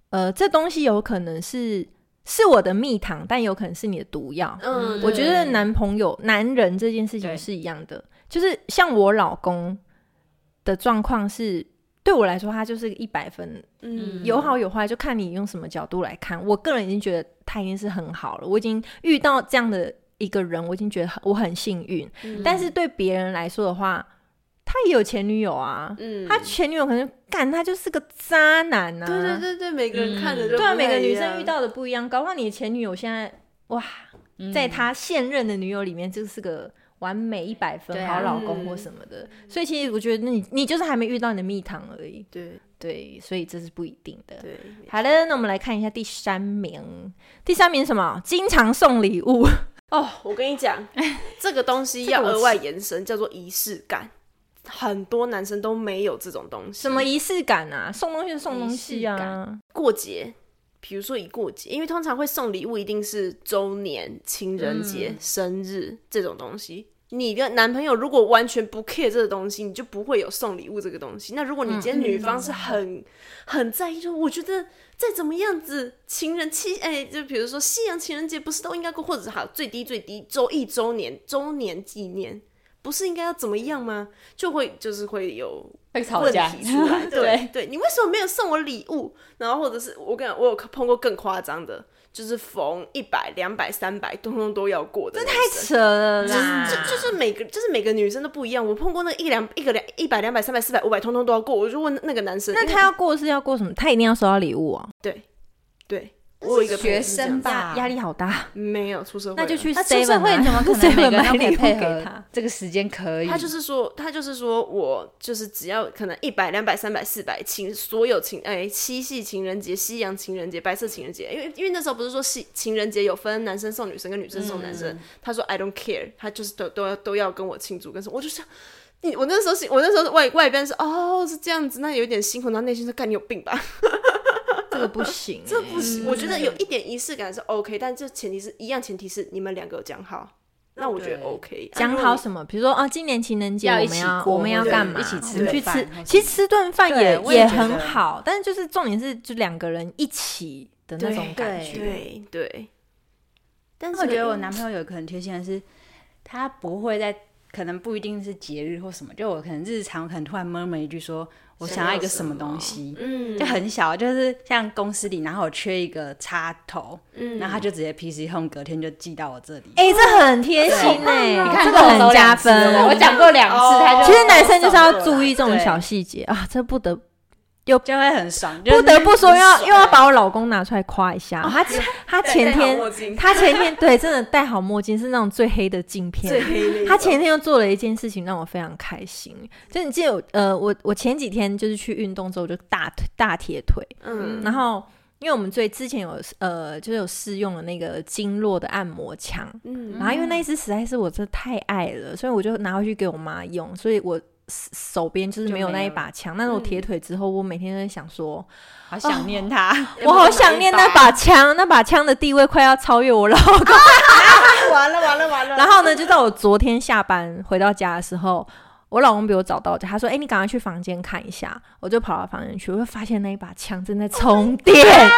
Speaker 1: 呃，这东西有可能是是我的蜜糖，但有可能是你的毒药。
Speaker 3: 嗯，
Speaker 2: 嗯
Speaker 1: 我觉得
Speaker 2: 对
Speaker 1: 男朋友、男人这件事情
Speaker 2: 对
Speaker 1: 是一样的，就是像我老公的状况是，对我来说，他就是一百分，
Speaker 3: 嗯
Speaker 1: 有好有坏，就看你用什么角度来看。我个人已经觉得他已经是很好了，我已经遇到这样的一个人，我已经觉得很我很幸运。
Speaker 3: 嗯
Speaker 2: 嗯
Speaker 1: 但是对别人来说的话，他也有前女友啊，
Speaker 3: 嗯
Speaker 1: 他前女友可能干他就是个渣男啊，
Speaker 3: 对对对对，每个人看着
Speaker 2: 嗯
Speaker 3: 就
Speaker 1: 对啊，
Speaker 3: 不
Speaker 1: 每
Speaker 3: 太
Speaker 1: 个
Speaker 3: 一
Speaker 1: 女
Speaker 3: 样
Speaker 1: 生遇到的不一样，搞不好你的前女友现在哇，在
Speaker 2: 嗯
Speaker 1: 他现任的女友里面就是个完美一百分、
Speaker 2: 对啊
Speaker 1: 好老公或什么的，所以其实我觉得你你就是还没遇到你的蜜糖而已，
Speaker 3: 对
Speaker 1: 对，所以这是不一定的。
Speaker 3: 对，
Speaker 1: 好的，那我们来看一下第三名，第三名是什么？经常送礼物，
Speaker 3: 哦，我跟你 讲，这个东西
Speaker 1: 这
Speaker 3: 要
Speaker 1: 个我
Speaker 3: 额外延伸，叫做仪式感。很多男生都没有这种东西。
Speaker 1: 什么仪式感啊？送东西就送东西
Speaker 2: 仪式
Speaker 1: 啊，
Speaker 3: 过节，比如说以过节，因为通常会送礼物，一定是周年、情人节、
Speaker 2: 嗯
Speaker 3: 生日这种东西。你的男朋友如果完全不 care 这个东西，你就不会有送礼物这个东西。那如果你今天女方是很、很在意，就我觉得再怎么样子，情人期哎、就比如说西洋情人节不是都应该过，或者是好最低最低周一周年周年纪念，不是应该要怎么样吗？就会就是会有
Speaker 2: 会吵
Speaker 3: 问
Speaker 2: 架
Speaker 3: 题出来， 对
Speaker 2: 对
Speaker 3: 对，你为什么没有送我礼物？然后或者是我跟你讲，我有碰过更夸张的，就是逢一百、两百、三百，通通都要过的那种，
Speaker 1: 太扯了啦！
Speaker 3: 就就是每个就是每个女生都不一样。我碰过那一两一个两一百、两百、三百、四百、五百，通通都要过。我就问那个男生，
Speaker 1: 那
Speaker 3: 因为
Speaker 1: 他要过是要过什么？他一定要收到礼物啊，
Speaker 3: 对对，我有一个朋友
Speaker 2: 学
Speaker 3: 是这样
Speaker 2: 生
Speaker 3: 子
Speaker 2: 吧，
Speaker 1: 压力好大。
Speaker 3: 没有出社会了，
Speaker 1: 那就去
Speaker 2: 他出社
Speaker 1: seven
Speaker 2: 会
Speaker 1: 啊
Speaker 2: 怎么可
Speaker 1: 7-Eleven
Speaker 2: 能每个人
Speaker 1: 买
Speaker 2: 都可以
Speaker 1: 礼物
Speaker 2: 配
Speaker 1: 给
Speaker 2: 合
Speaker 1: 他？
Speaker 2: 这个时间可以？
Speaker 3: 他就是说，他就是说我就是只要可能一百、两百、三百、四百情所有情哎七夕情人节、西洋情人节、白色情人节，因为因为那时候不是说西情人节有分男生送女生跟女生送男生，
Speaker 1: 嗯
Speaker 3: 他说 I don't care，他就是都都要都要跟我庆祝，跟什么，我就想。你我那时候是，我那时候外外边是哦是这样子，那有点辛苦，然后内心说干你有病吧，
Speaker 1: 这个不 行、
Speaker 3: 这不行。我觉得
Speaker 1: 嗯
Speaker 3: 有一点仪式感是 OK，但这前提是一样，前提是你们两个有讲好，那我觉得
Speaker 2: 对
Speaker 3: OK。
Speaker 1: 讲好什么？比如说啊，今年情人节
Speaker 2: 要
Speaker 1: 我
Speaker 2: 一
Speaker 1: 们
Speaker 2: 起
Speaker 1: 要
Speaker 2: 过
Speaker 1: 我们要
Speaker 2: 或者
Speaker 1: 干嘛？
Speaker 2: 一起吃
Speaker 1: 我们
Speaker 2: 个
Speaker 1: 去
Speaker 2: 饭
Speaker 1: 吃
Speaker 2: 或什，么
Speaker 1: 其实吃顿饭
Speaker 2: 对
Speaker 1: 也
Speaker 2: 我也
Speaker 1: 也
Speaker 2: 觉得
Speaker 1: 很好，但是就是重点是就两个人一起的那种感
Speaker 2: 对
Speaker 1: 觉。
Speaker 3: 对对，但
Speaker 2: 但
Speaker 3: 是
Speaker 2: 是我觉嗯得我男朋友有一个很缺陷的是，他不会在可能不一定是节日或什么，就我可能日常我可能突然闷闷一句说，我想要一个什么
Speaker 1: 哦
Speaker 2: 东西，
Speaker 3: 嗯
Speaker 2: 就很小，就是像公司里，然后我缺一个插头，
Speaker 3: 嗯
Speaker 2: 然后他就直接 PC Home 隔天就寄到我这里。
Speaker 1: 哎、这很贴心哎、
Speaker 2: 啊你看
Speaker 1: 这个很加
Speaker 2: 哦我
Speaker 1: 分。
Speaker 2: 讲过两次，
Speaker 3: 哦
Speaker 2: 他就
Speaker 1: 其实男生就是要注意这种
Speaker 2: 对
Speaker 1: 小细节啊，这不得
Speaker 2: 就会很爽，就
Speaker 1: 不
Speaker 2: 是
Speaker 1: 得不说又要
Speaker 2: 很
Speaker 1: 又
Speaker 2: 爽哦
Speaker 1: 要把我老公拿出来夸一下， 他他前天他前天对真的戴好墨镜是那种最黑的镜片，
Speaker 3: 黑
Speaker 1: 嗯他前天又做了一件事情让我非常开心，就你记得我呃，我我前几天就是去运动之后就大腿大铁腿，
Speaker 3: 嗯
Speaker 1: 然后因为我们最之前有呃就是有试用了那个经络的按摩枪，
Speaker 3: 嗯
Speaker 1: 然后因为那一支实在是我真的太爱了，所以我就拿回去给我妈用，所以我手手边就是没有嗯那一把枪，但是我铁腿之后，我每天都在想说，
Speaker 2: 好
Speaker 1: 哦
Speaker 2: 想念他，
Speaker 1: 我好想念那把枪，那把枪的地位快要超越我老公。
Speaker 3: 完了完了 完了，
Speaker 1: 然后呢，就在我昨天下班回到家的时候，我老公比我早到家，他说：“哎、你赶快去房 间看一下。”我就跑到房间去，我就发现那一把枪正在充电。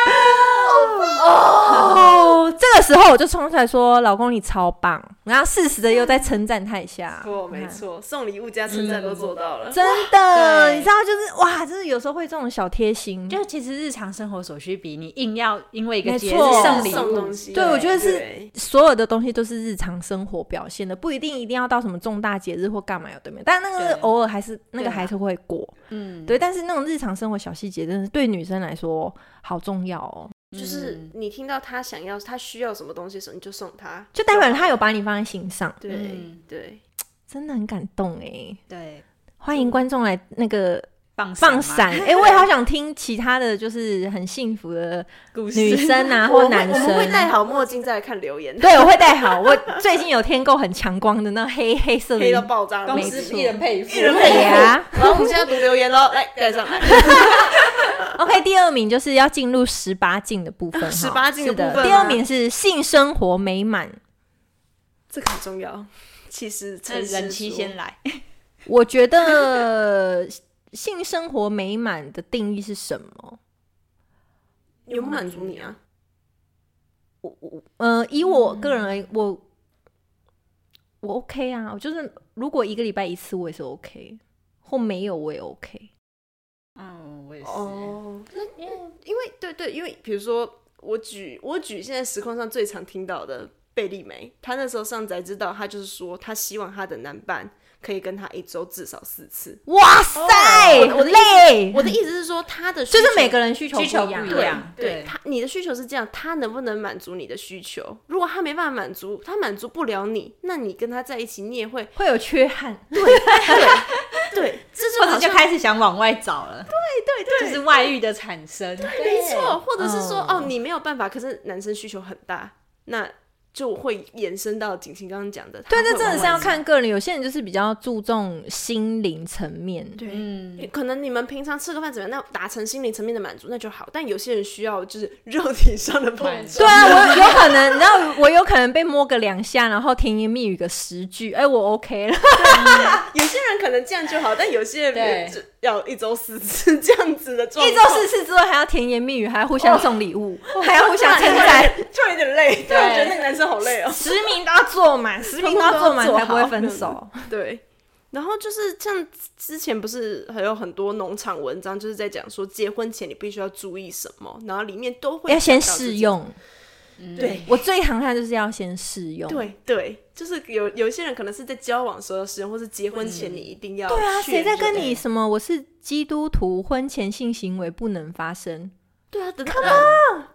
Speaker 1: 哦，这个时候我就冲出来说：“老公，你超棒！”然后适时的又在称赞他一下，
Speaker 3: 错，没错，送礼物加称赞都做到了。
Speaker 1: 真的，
Speaker 2: 对
Speaker 1: 你知道，就是哇，就是有时候会这种小贴心，
Speaker 2: 就其实日常生活所需比你硬要因为一
Speaker 1: 没
Speaker 2: 个节日
Speaker 1: 错
Speaker 2: 送礼
Speaker 3: 送
Speaker 2: 物
Speaker 3: 东西，
Speaker 1: 对我觉得是
Speaker 3: 对
Speaker 1: 所有的东西都是日常生活表现的，不一定一定要到什么重大节日或干嘛有对面，但那个
Speaker 2: 对
Speaker 1: 偶尔还是那个
Speaker 2: 对啊
Speaker 1: 还是会过，
Speaker 2: 嗯，
Speaker 1: 对。但是那种日常生活小细节，真的是对女生来说好重要哦，
Speaker 3: 就是
Speaker 2: 嗯
Speaker 3: 你听到他想要、他需要什么东西的时候，你就送他，
Speaker 1: 就代表他有把你放在心上，
Speaker 3: 啊对、
Speaker 2: 嗯
Speaker 3: 对，
Speaker 1: 真的很感动哎。
Speaker 2: 对
Speaker 1: 欢迎观众来那个
Speaker 2: 放
Speaker 1: 放
Speaker 2: 嘛
Speaker 1: 闪，哎、我也好想听其他的就是很幸福的
Speaker 2: 故事
Speaker 1: 女 生啊，
Speaker 3: 我
Speaker 1: 或
Speaker 3: 们
Speaker 1: 男
Speaker 3: 我们会
Speaker 1: 生。
Speaker 3: 戴好墨镜再来看留言，
Speaker 1: 对，我会戴好。我最近有添购很强光的那黑黑色的
Speaker 3: 黑
Speaker 1: 衣
Speaker 3: 到
Speaker 1: 服，
Speaker 3: 爆炸，
Speaker 2: 公
Speaker 1: 没
Speaker 3: 没
Speaker 2: 司
Speaker 1: 错
Speaker 2: 一人
Speaker 3: 一
Speaker 2: 配 一
Speaker 3: 人
Speaker 1: 对啊
Speaker 3: 配
Speaker 1: 呀、
Speaker 3: 然后我们现在读留言喽，来盖上来。
Speaker 1: OK，第二名就是要进入十八禁的部分哈，
Speaker 3: 18禁的
Speaker 1: 是的
Speaker 3: 部分
Speaker 1: 第
Speaker 3: 吗
Speaker 1: 二名是性生活美满，
Speaker 3: 这个很重要。其实
Speaker 2: 这
Speaker 3: 诚实
Speaker 2: 人妻
Speaker 3: 说
Speaker 2: 先来，
Speaker 1: 我觉得 性生活美满的定义是什么？
Speaker 3: 有没有满足你啊？
Speaker 1: 呃，以我个人而言，我我 OK 啊，我就是如果一个礼拜一次，我也是 OK，或没有我也 OK。
Speaker 2: 嗯，我也是，
Speaker 3: 哦，那因为对对，因为比如说我举我举现在实况上最常听到的贝利梅，她那时候上宅知道，她就是说她希望她的男伴可以跟她一周至少四次。
Speaker 1: 哇塞，
Speaker 3: 哦我的意
Speaker 1: 累，
Speaker 3: 我的意思是说，她的
Speaker 1: 就
Speaker 3: 需
Speaker 1: 是
Speaker 3: 求
Speaker 1: 每个人需求
Speaker 2: 需求
Speaker 1: 一样
Speaker 2: 不一
Speaker 3: 对
Speaker 2: 样
Speaker 3: 对
Speaker 2: 对
Speaker 3: 他，你的需求是这样，他能不能满足你的需求？如果他没办法满足，他满足不了你，那你跟他在一起，你也会
Speaker 1: 会有缺憾，
Speaker 3: 对，这是
Speaker 2: 或者
Speaker 3: 好
Speaker 2: 就
Speaker 3: 像
Speaker 2: 开始想往外找了，
Speaker 3: 对对
Speaker 2: 就是外遇的产生，
Speaker 3: 没错，或者是说、
Speaker 1: 嗯
Speaker 3: 哦，你没有办法，可是男生需求很大，那就会延伸到景晴刚刚讲的，
Speaker 1: 对，
Speaker 3: 他会
Speaker 1: 这真的是要
Speaker 3: 往外
Speaker 1: 看个人。有些人就是比较注重心灵层面，
Speaker 3: 走。对，
Speaker 2: 嗯，
Speaker 3: 可能你们平常吃个饭怎么样，那达成心灵层面的满足那就好，但有些人需要就是肉体上的碰
Speaker 2: 满足
Speaker 3: 撞
Speaker 1: 对。 啊，我有可能，你知道，我有可能被摸个两下，然后甜言蜜语个十句，哎、我 OK 了。
Speaker 3: 有些人可能这样就好，但有些人
Speaker 2: 对
Speaker 3: 就要一周四次这样子的状
Speaker 1: 一
Speaker 3: 况。
Speaker 1: 周四次之后，还要甜言蜜语，还要互相送礼物，还要互相称
Speaker 3: 突然
Speaker 1: 赞，
Speaker 3: 有点突然有点累，突然觉得那个男生好累哦。
Speaker 1: 十名都要做满，十名都要做满才不会分 手。
Speaker 3: 对，然后就是像之前不是还有很多农场文章，就是在讲说结婚前你必须要注意什么，然后里面都会
Speaker 1: 要先
Speaker 3: 讲到这
Speaker 1: 试
Speaker 3: 些。
Speaker 1: 用，
Speaker 3: 对
Speaker 1: 我最常看就是要先试用。
Speaker 3: 对对，就是有有一些人可能是在交往时候使用，或是结婚前你一定要
Speaker 1: 对啊，
Speaker 3: 确
Speaker 1: 谁在跟
Speaker 3: 认哎
Speaker 1: 你什么？我是基督徒，婚前性行为不能发生。
Speaker 3: 对啊，等到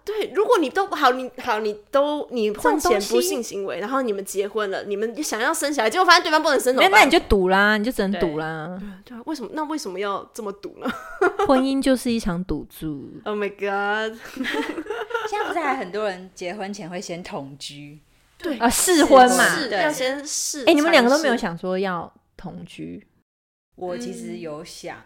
Speaker 3: 对，如果你都好，你好，你都你
Speaker 1: 种
Speaker 3: 婚
Speaker 1: 东
Speaker 3: 前不
Speaker 1: 西
Speaker 3: 性行为，然后你们结婚了，你们想要生小孩，结果发现对方不能生，怎
Speaker 1: 没有，
Speaker 3: 么
Speaker 1: 那你
Speaker 3: 办？
Speaker 1: 就赌啦，你就只能赌啦。
Speaker 3: 对啊，为什么？那为什么要这么赌呢
Speaker 1: 婚姻就是一场赌 注。
Speaker 3: ？Oh my god！
Speaker 2: 现在不是还很多人结婚前会先同居，
Speaker 3: 对
Speaker 1: 啊，试婚嘛。
Speaker 3: 是
Speaker 2: 对
Speaker 3: 要先试。
Speaker 1: 哎、你们两个都没有
Speaker 3: 尝试
Speaker 1: 想说要同居，
Speaker 2: 我其实有想，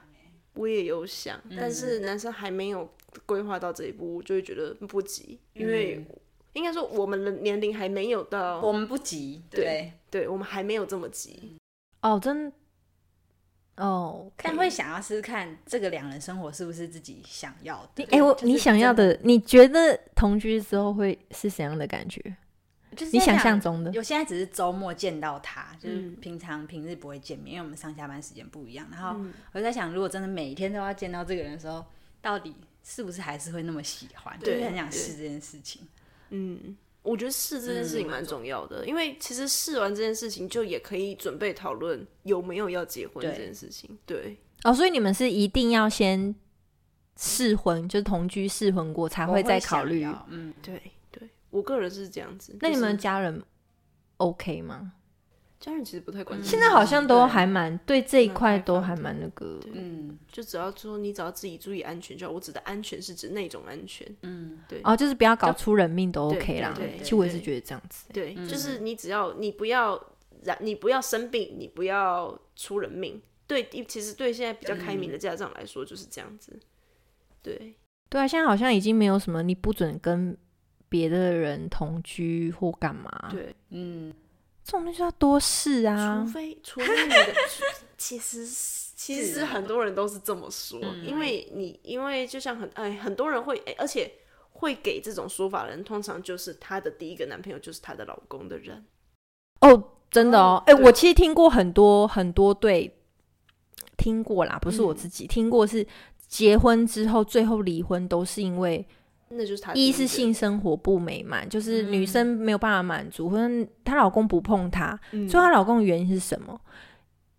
Speaker 3: 我也有想，但
Speaker 2: 嗯
Speaker 3: 是男生还没有规划到这一步，我就会觉得不急，因为应该说我们的年龄还没有到，
Speaker 2: 我们不急，
Speaker 3: 对
Speaker 2: 对，
Speaker 3: 对我们还没有这么急。
Speaker 1: 哦，真哦，
Speaker 2: 但会想要试试看这个两人生活是不是自己想要
Speaker 1: 你
Speaker 2: 的，
Speaker 1: 哎、我
Speaker 2: 就是
Speaker 1: 你想要
Speaker 2: 真
Speaker 1: 的，你觉得同居之后会是怎样的感觉？
Speaker 2: 就是
Speaker 1: 你
Speaker 2: 在
Speaker 1: 想
Speaker 2: 两
Speaker 1: 象中的
Speaker 2: 我现在只是周末见到他，就是
Speaker 3: 嗯
Speaker 2: 平常平日不会见面，因为我们上下班时间不一样。然后
Speaker 3: 嗯
Speaker 2: 我就在想，如果真的每天都要见到这个人的时候，到底是不是还是会那么喜欢？就
Speaker 3: 对
Speaker 2: 是很想试这件事情。
Speaker 3: 嗯，我觉得试这件事情蛮重要的，因为其实试完这件事情，就也可以准备讨论有没有要结婚这
Speaker 2: 对
Speaker 3: 件事情。对，
Speaker 1: 哦，所以你们是一定要先试婚，就是同居试婚过才
Speaker 2: 我会
Speaker 1: 再考
Speaker 2: 想
Speaker 1: 虑。
Speaker 2: 要，嗯，
Speaker 3: 对，对，我个人是这样子。
Speaker 1: 那
Speaker 3: 就
Speaker 1: 你
Speaker 3: 是
Speaker 1: 们家人 OK 吗？
Speaker 3: 家人其实不太关心，
Speaker 1: 嗯现在好像都
Speaker 2: 对
Speaker 1: 还蛮对这一
Speaker 3: 蛮
Speaker 1: 块
Speaker 3: 开
Speaker 1: 都
Speaker 3: 放
Speaker 1: 还
Speaker 3: 的
Speaker 1: 蛮那个。
Speaker 2: 嗯，
Speaker 3: 就只要说你只要自己注意安全就好。我指的安全是指那种安全，
Speaker 2: 嗯
Speaker 1: 哦，就是不要搞出人命都
Speaker 3: 对
Speaker 1: OK 啦
Speaker 3: 对对。
Speaker 1: 其实我也是
Speaker 3: 对
Speaker 1: 觉得这样子。
Speaker 3: 对，就是
Speaker 1: 嗯
Speaker 3: 你只要你不要染，你不要生病，你不要出人命。对，其实对现在比较开
Speaker 1: 嗯
Speaker 3: 明的家长来说就是这样子。对，
Speaker 1: 对啊，现在好像已经没有什么你不准跟别的人同居或干嘛。
Speaker 3: 对，
Speaker 2: 嗯，
Speaker 1: 这种东西要多试啊
Speaker 3: 除。非除非你的， 其实其
Speaker 1: 啊嗯
Speaker 3: 实很多人都是这么说，因为你因为就像很哎很多人会哎，而且会给这种说法的人，通常就是她的第一个男朋友就是她的老公的人。
Speaker 1: 哦，真的哦，哎、
Speaker 3: 嗯对
Speaker 1: 我其实听过很多很多对，听过啦，不是
Speaker 3: 嗯
Speaker 1: 我自己、听过，是结婚之后最后离婚都是因为
Speaker 3: 那就是她第
Speaker 1: 一
Speaker 3: 个
Speaker 1: 是性生活不美满，就是
Speaker 3: 嗯
Speaker 1: 女生没有办法满足，或者她老公不碰她，
Speaker 3: 嗯
Speaker 1: 所以她老公的原因是什么？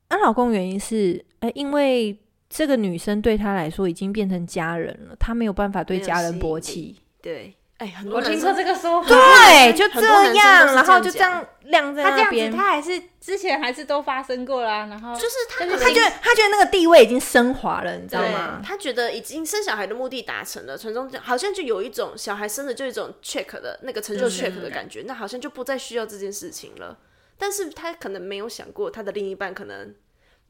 Speaker 1: 她老公的原因是，呃，因为这个女生对她来说已经变成家人了，她没有办法对
Speaker 3: 没有
Speaker 1: 家人
Speaker 3: 吸
Speaker 1: 勃
Speaker 3: 引
Speaker 1: 起，
Speaker 3: 对，哎，很多
Speaker 2: 我
Speaker 3: 男
Speaker 2: 听
Speaker 3: 生
Speaker 2: 说这个说法，
Speaker 1: 对，
Speaker 3: 很
Speaker 1: 就
Speaker 3: 多
Speaker 1: 这
Speaker 3: 男生都
Speaker 1: 样，
Speaker 3: 是
Speaker 1: 然
Speaker 3: 这
Speaker 1: 后
Speaker 3: 样
Speaker 1: 就这
Speaker 3: 讲
Speaker 1: 样晾在
Speaker 2: 他这
Speaker 1: 那
Speaker 2: 样
Speaker 1: 边
Speaker 2: 子，。啊他还是之前还是都发生过啦，然后
Speaker 3: 就是他
Speaker 2: 就是
Speaker 3: 可
Speaker 1: 他
Speaker 3: 能
Speaker 1: 觉得 他觉得那个地位已经升华了，你知道
Speaker 3: 对
Speaker 1: 吗？
Speaker 3: 他觉得已经生小孩的目的达成了，传宗接好像就有一种小孩生的就有一种 check 的那个成
Speaker 1: 嗯
Speaker 3: 就 check 的感觉，那好像就不再需要这件事情了。但是他可能没有想过，他的另一半可能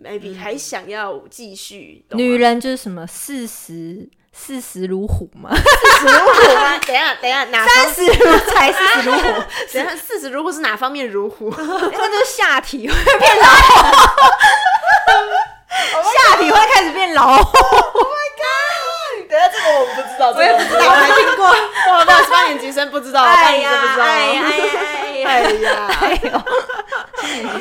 Speaker 3: maybe 还想要继续。懂
Speaker 1: 嗯
Speaker 3: 吗
Speaker 1: 女人就是什么四十四十如虎嘛，
Speaker 3: 等一下等一下哪
Speaker 1: 三十如才四十 如虎，
Speaker 3: 等一下四十如果是哪方面 如虎，
Speaker 1: 那就是下体会变老， 下体会开始变老。
Speaker 3: 等下这个我不知道，我也不知道，我还听 过。哇，那十八年级生不知道，
Speaker 1: 哎
Speaker 3: 我
Speaker 1: 呀
Speaker 3: 半年级不知道。
Speaker 1: 哎呀哎呀
Speaker 3: 哎呀，
Speaker 1: 哎呦！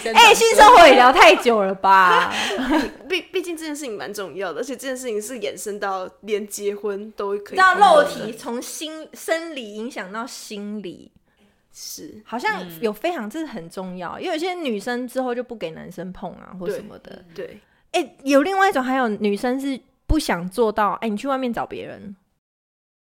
Speaker 2: 哎
Speaker 1: 哎，性生活也聊太久了吧？
Speaker 3: 毕毕竟这件事情蛮重要的，而且这件事情是延伸到连结婚都可以
Speaker 1: 到
Speaker 3: 讨论
Speaker 1: 啊肉
Speaker 3: 的
Speaker 1: 体从心生理影响到心理，
Speaker 3: 是
Speaker 1: 好像有非常这是很重要，因为有些女生之后就不给男生碰啊或什么的。
Speaker 3: 对，
Speaker 1: 哎、有另外一种，还有女生是不想做到，哎、你去外面找别人，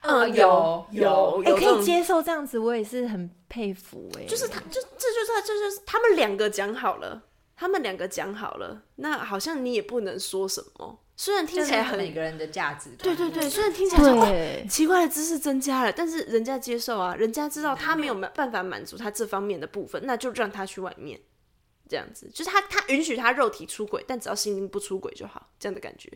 Speaker 3: 嗯
Speaker 2: 有
Speaker 3: 有
Speaker 1: 哎、
Speaker 3: 有
Speaker 1: 可
Speaker 3: 这
Speaker 1: 以
Speaker 3: 种，
Speaker 1: 接受这样子，我也是很佩服、哎，
Speaker 3: 就是他，就这就是这就是他们两个讲好了，他们两个讲好了，那好像你也不能说什么，虽然听起来很
Speaker 2: 每个人的价值观，
Speaker 3: 对对对，虽然听起来说、哦、
Speaker 1: 对，
Speaker 3: 奇怪的知识增加了，但是人家接受啊，人家知道他没有办法满足他这方面的部分，那就让他去外面。这样子，就是他，他允许他肉体出轨，但只要心灵不出轨就好，这样的感觉，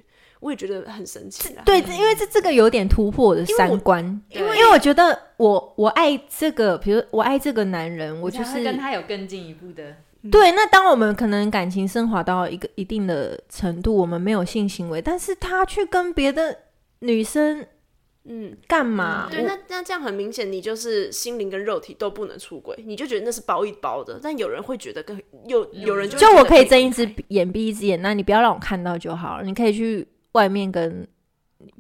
Speaker 3: 我也觉得很神奇啦。
Speaker 1: 对，这因为这这个有点突破我的三观，因
Speaker 2: 因为
Speaker 1: 为我觉得我我爱这个，比如我爱这个男人，我
Speaker 2: 我
Speaker 1: 就
Speaker 2: 就是是跟他有更进一步的，
Speaker 1: 对，那当我们可能感情升华到一个一定的程度，我们没有性行为，但是他去跟别的女生
Speaker 3: 嗯，
Speaker 1: 干
Speaker 2: 啊
Speaker 1: 嘛？
Speaker 3: 对，那那这样很明显，你就是心灵跟肉体都不能出轨，你就觉得那是包一包的。但有人会觉得更有有人就
Speaker 1: 就
Speaker 3: 会
Speaker 1: 我
Speaker 3: 觉得
Speaker 1: 可以睁
Speaker 3: 以
Speaker 1: 一只眼闭一只眼，那你不要让我看到就好了。你可以去外面跟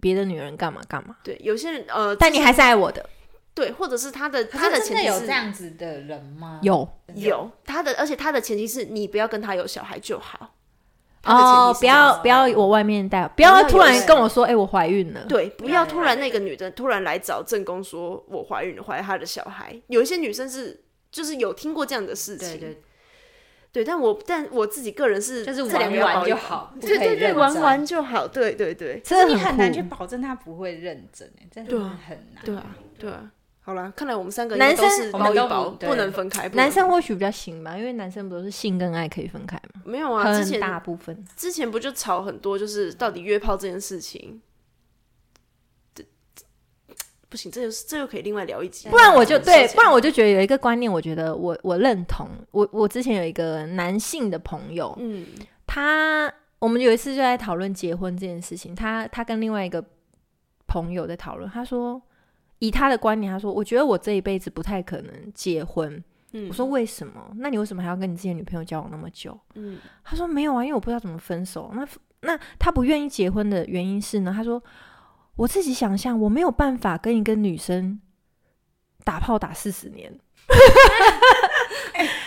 Speaker 1: 别的女人干嘛干嘛，
Speaker 3: 对有些人呃，
Speaker 1: 但你还是爱我的。
Speaker 3: 对，或者是他的
Speaker 2: 可
Speaker 3: 他
Speaker 2: 是
Speaker 3: 的
Speaker 2: 真
Speaker 3: 前
Speaker 2: 的
Speaker 3: 提是
Speaker 2: 有这样子的人吗？
Speaker 1: 有
Speaker 3: 有他的，而且他的前提是你不要跟他有小孩就好。他的前提
Speaker 1: 哦，
Speaker 3: 是
Speaker 1: 不
Speaker 3: 这样
Speaker 1: 要
Speaker 3: 子
Speaker 1: 不要我外面带，不
Speaker 3: 要
Speaker 1: 要
Speaker 3: 有
Speaker 1: 突然
Speaker 3: 人
Speaker 1: 跟我说，哎、我怀孕
Speaker 2: 嗯
Speaker 1: 了。
Speaker 3: 对，不要突然那个女的突然来找正宫说我怀孕了，怀她的小孩。有一些女生是就是有听过这样的事情，
Speaker 2: 对对，
Speaker 3: 对但我但我自己个人是
Speaker 2: 就是
Speaker 3: 这两
Speaker 2: 玩
Speaker 3: 个要
Speaker 2: 玩
Speaker 3: 包一
Speaker 2: 就
Speaker 3: 包，
Speaker 2: 好，不
Speaker 3: 对
Speaker 2: 可以
Speaker 3: 对对，
Speaker 2: 认
Speaker 3: 玩
Speaker 2: 真
Speaker 3: 玩就好，对对对。
Speaker 1: 真的
Speaker 2: 你很难
Speaker 1: 酷
Speaker 2: 去保证他不会认真，哎，真的
Speaker 3: 对啊
Speaker 2: 很难。
Speaker 3: 对啊，对啊。好啦，看来我们三个
Speaker 1: 男
Speaker 3: 应该都
Speaker 1: 生
Speaker 3: 是
Speaker 2: 我们
Speaker 3: 包一
Speaker 2: 都
Speaker 3: 包，
Speaker 2: 不对
Speaker 3: 不能分开。不能
Speaker 1: 男生或许比较行吧，因为男生不都是性跟爱可以分开吗？
Speaker 3: 没有啊，之
Speaker 1: 很大
Speaker 3: 前
Speaker 1: 部分
Speaker 3: 之前不就吵很多，就是到底约炮这件事情，这这不行，这又是这又可以另外聊一集。
Speaker 1: 不然我就
Speaker 3: 这种事
Speaker 1: 对，
Speaker 3: 情
Speaker 1: 不然我就觉得有一个观念，我觉得我我认同。我我之前有一个男性的朋友，
Speaker 3: 嗯，
Speaker 1: 他我们有一次就在讨论结婚这件事情，他他跟另外一个朋友在讨论，他说以他的观点，他说我觉得我这一辈子不太可能结婚。
Speaker 3: 嗯
Speaker 1: 我说为什么？那你为什么还要跟你之前女朋友交往那么久？
Speaker 3: 嗯，
Speaker 1: 他说没有啊，因为我不知道怎么分手。那那他不愿意结婚的原因是呢？他说我自己想象我没有办法跟一个女生打炮打四十年。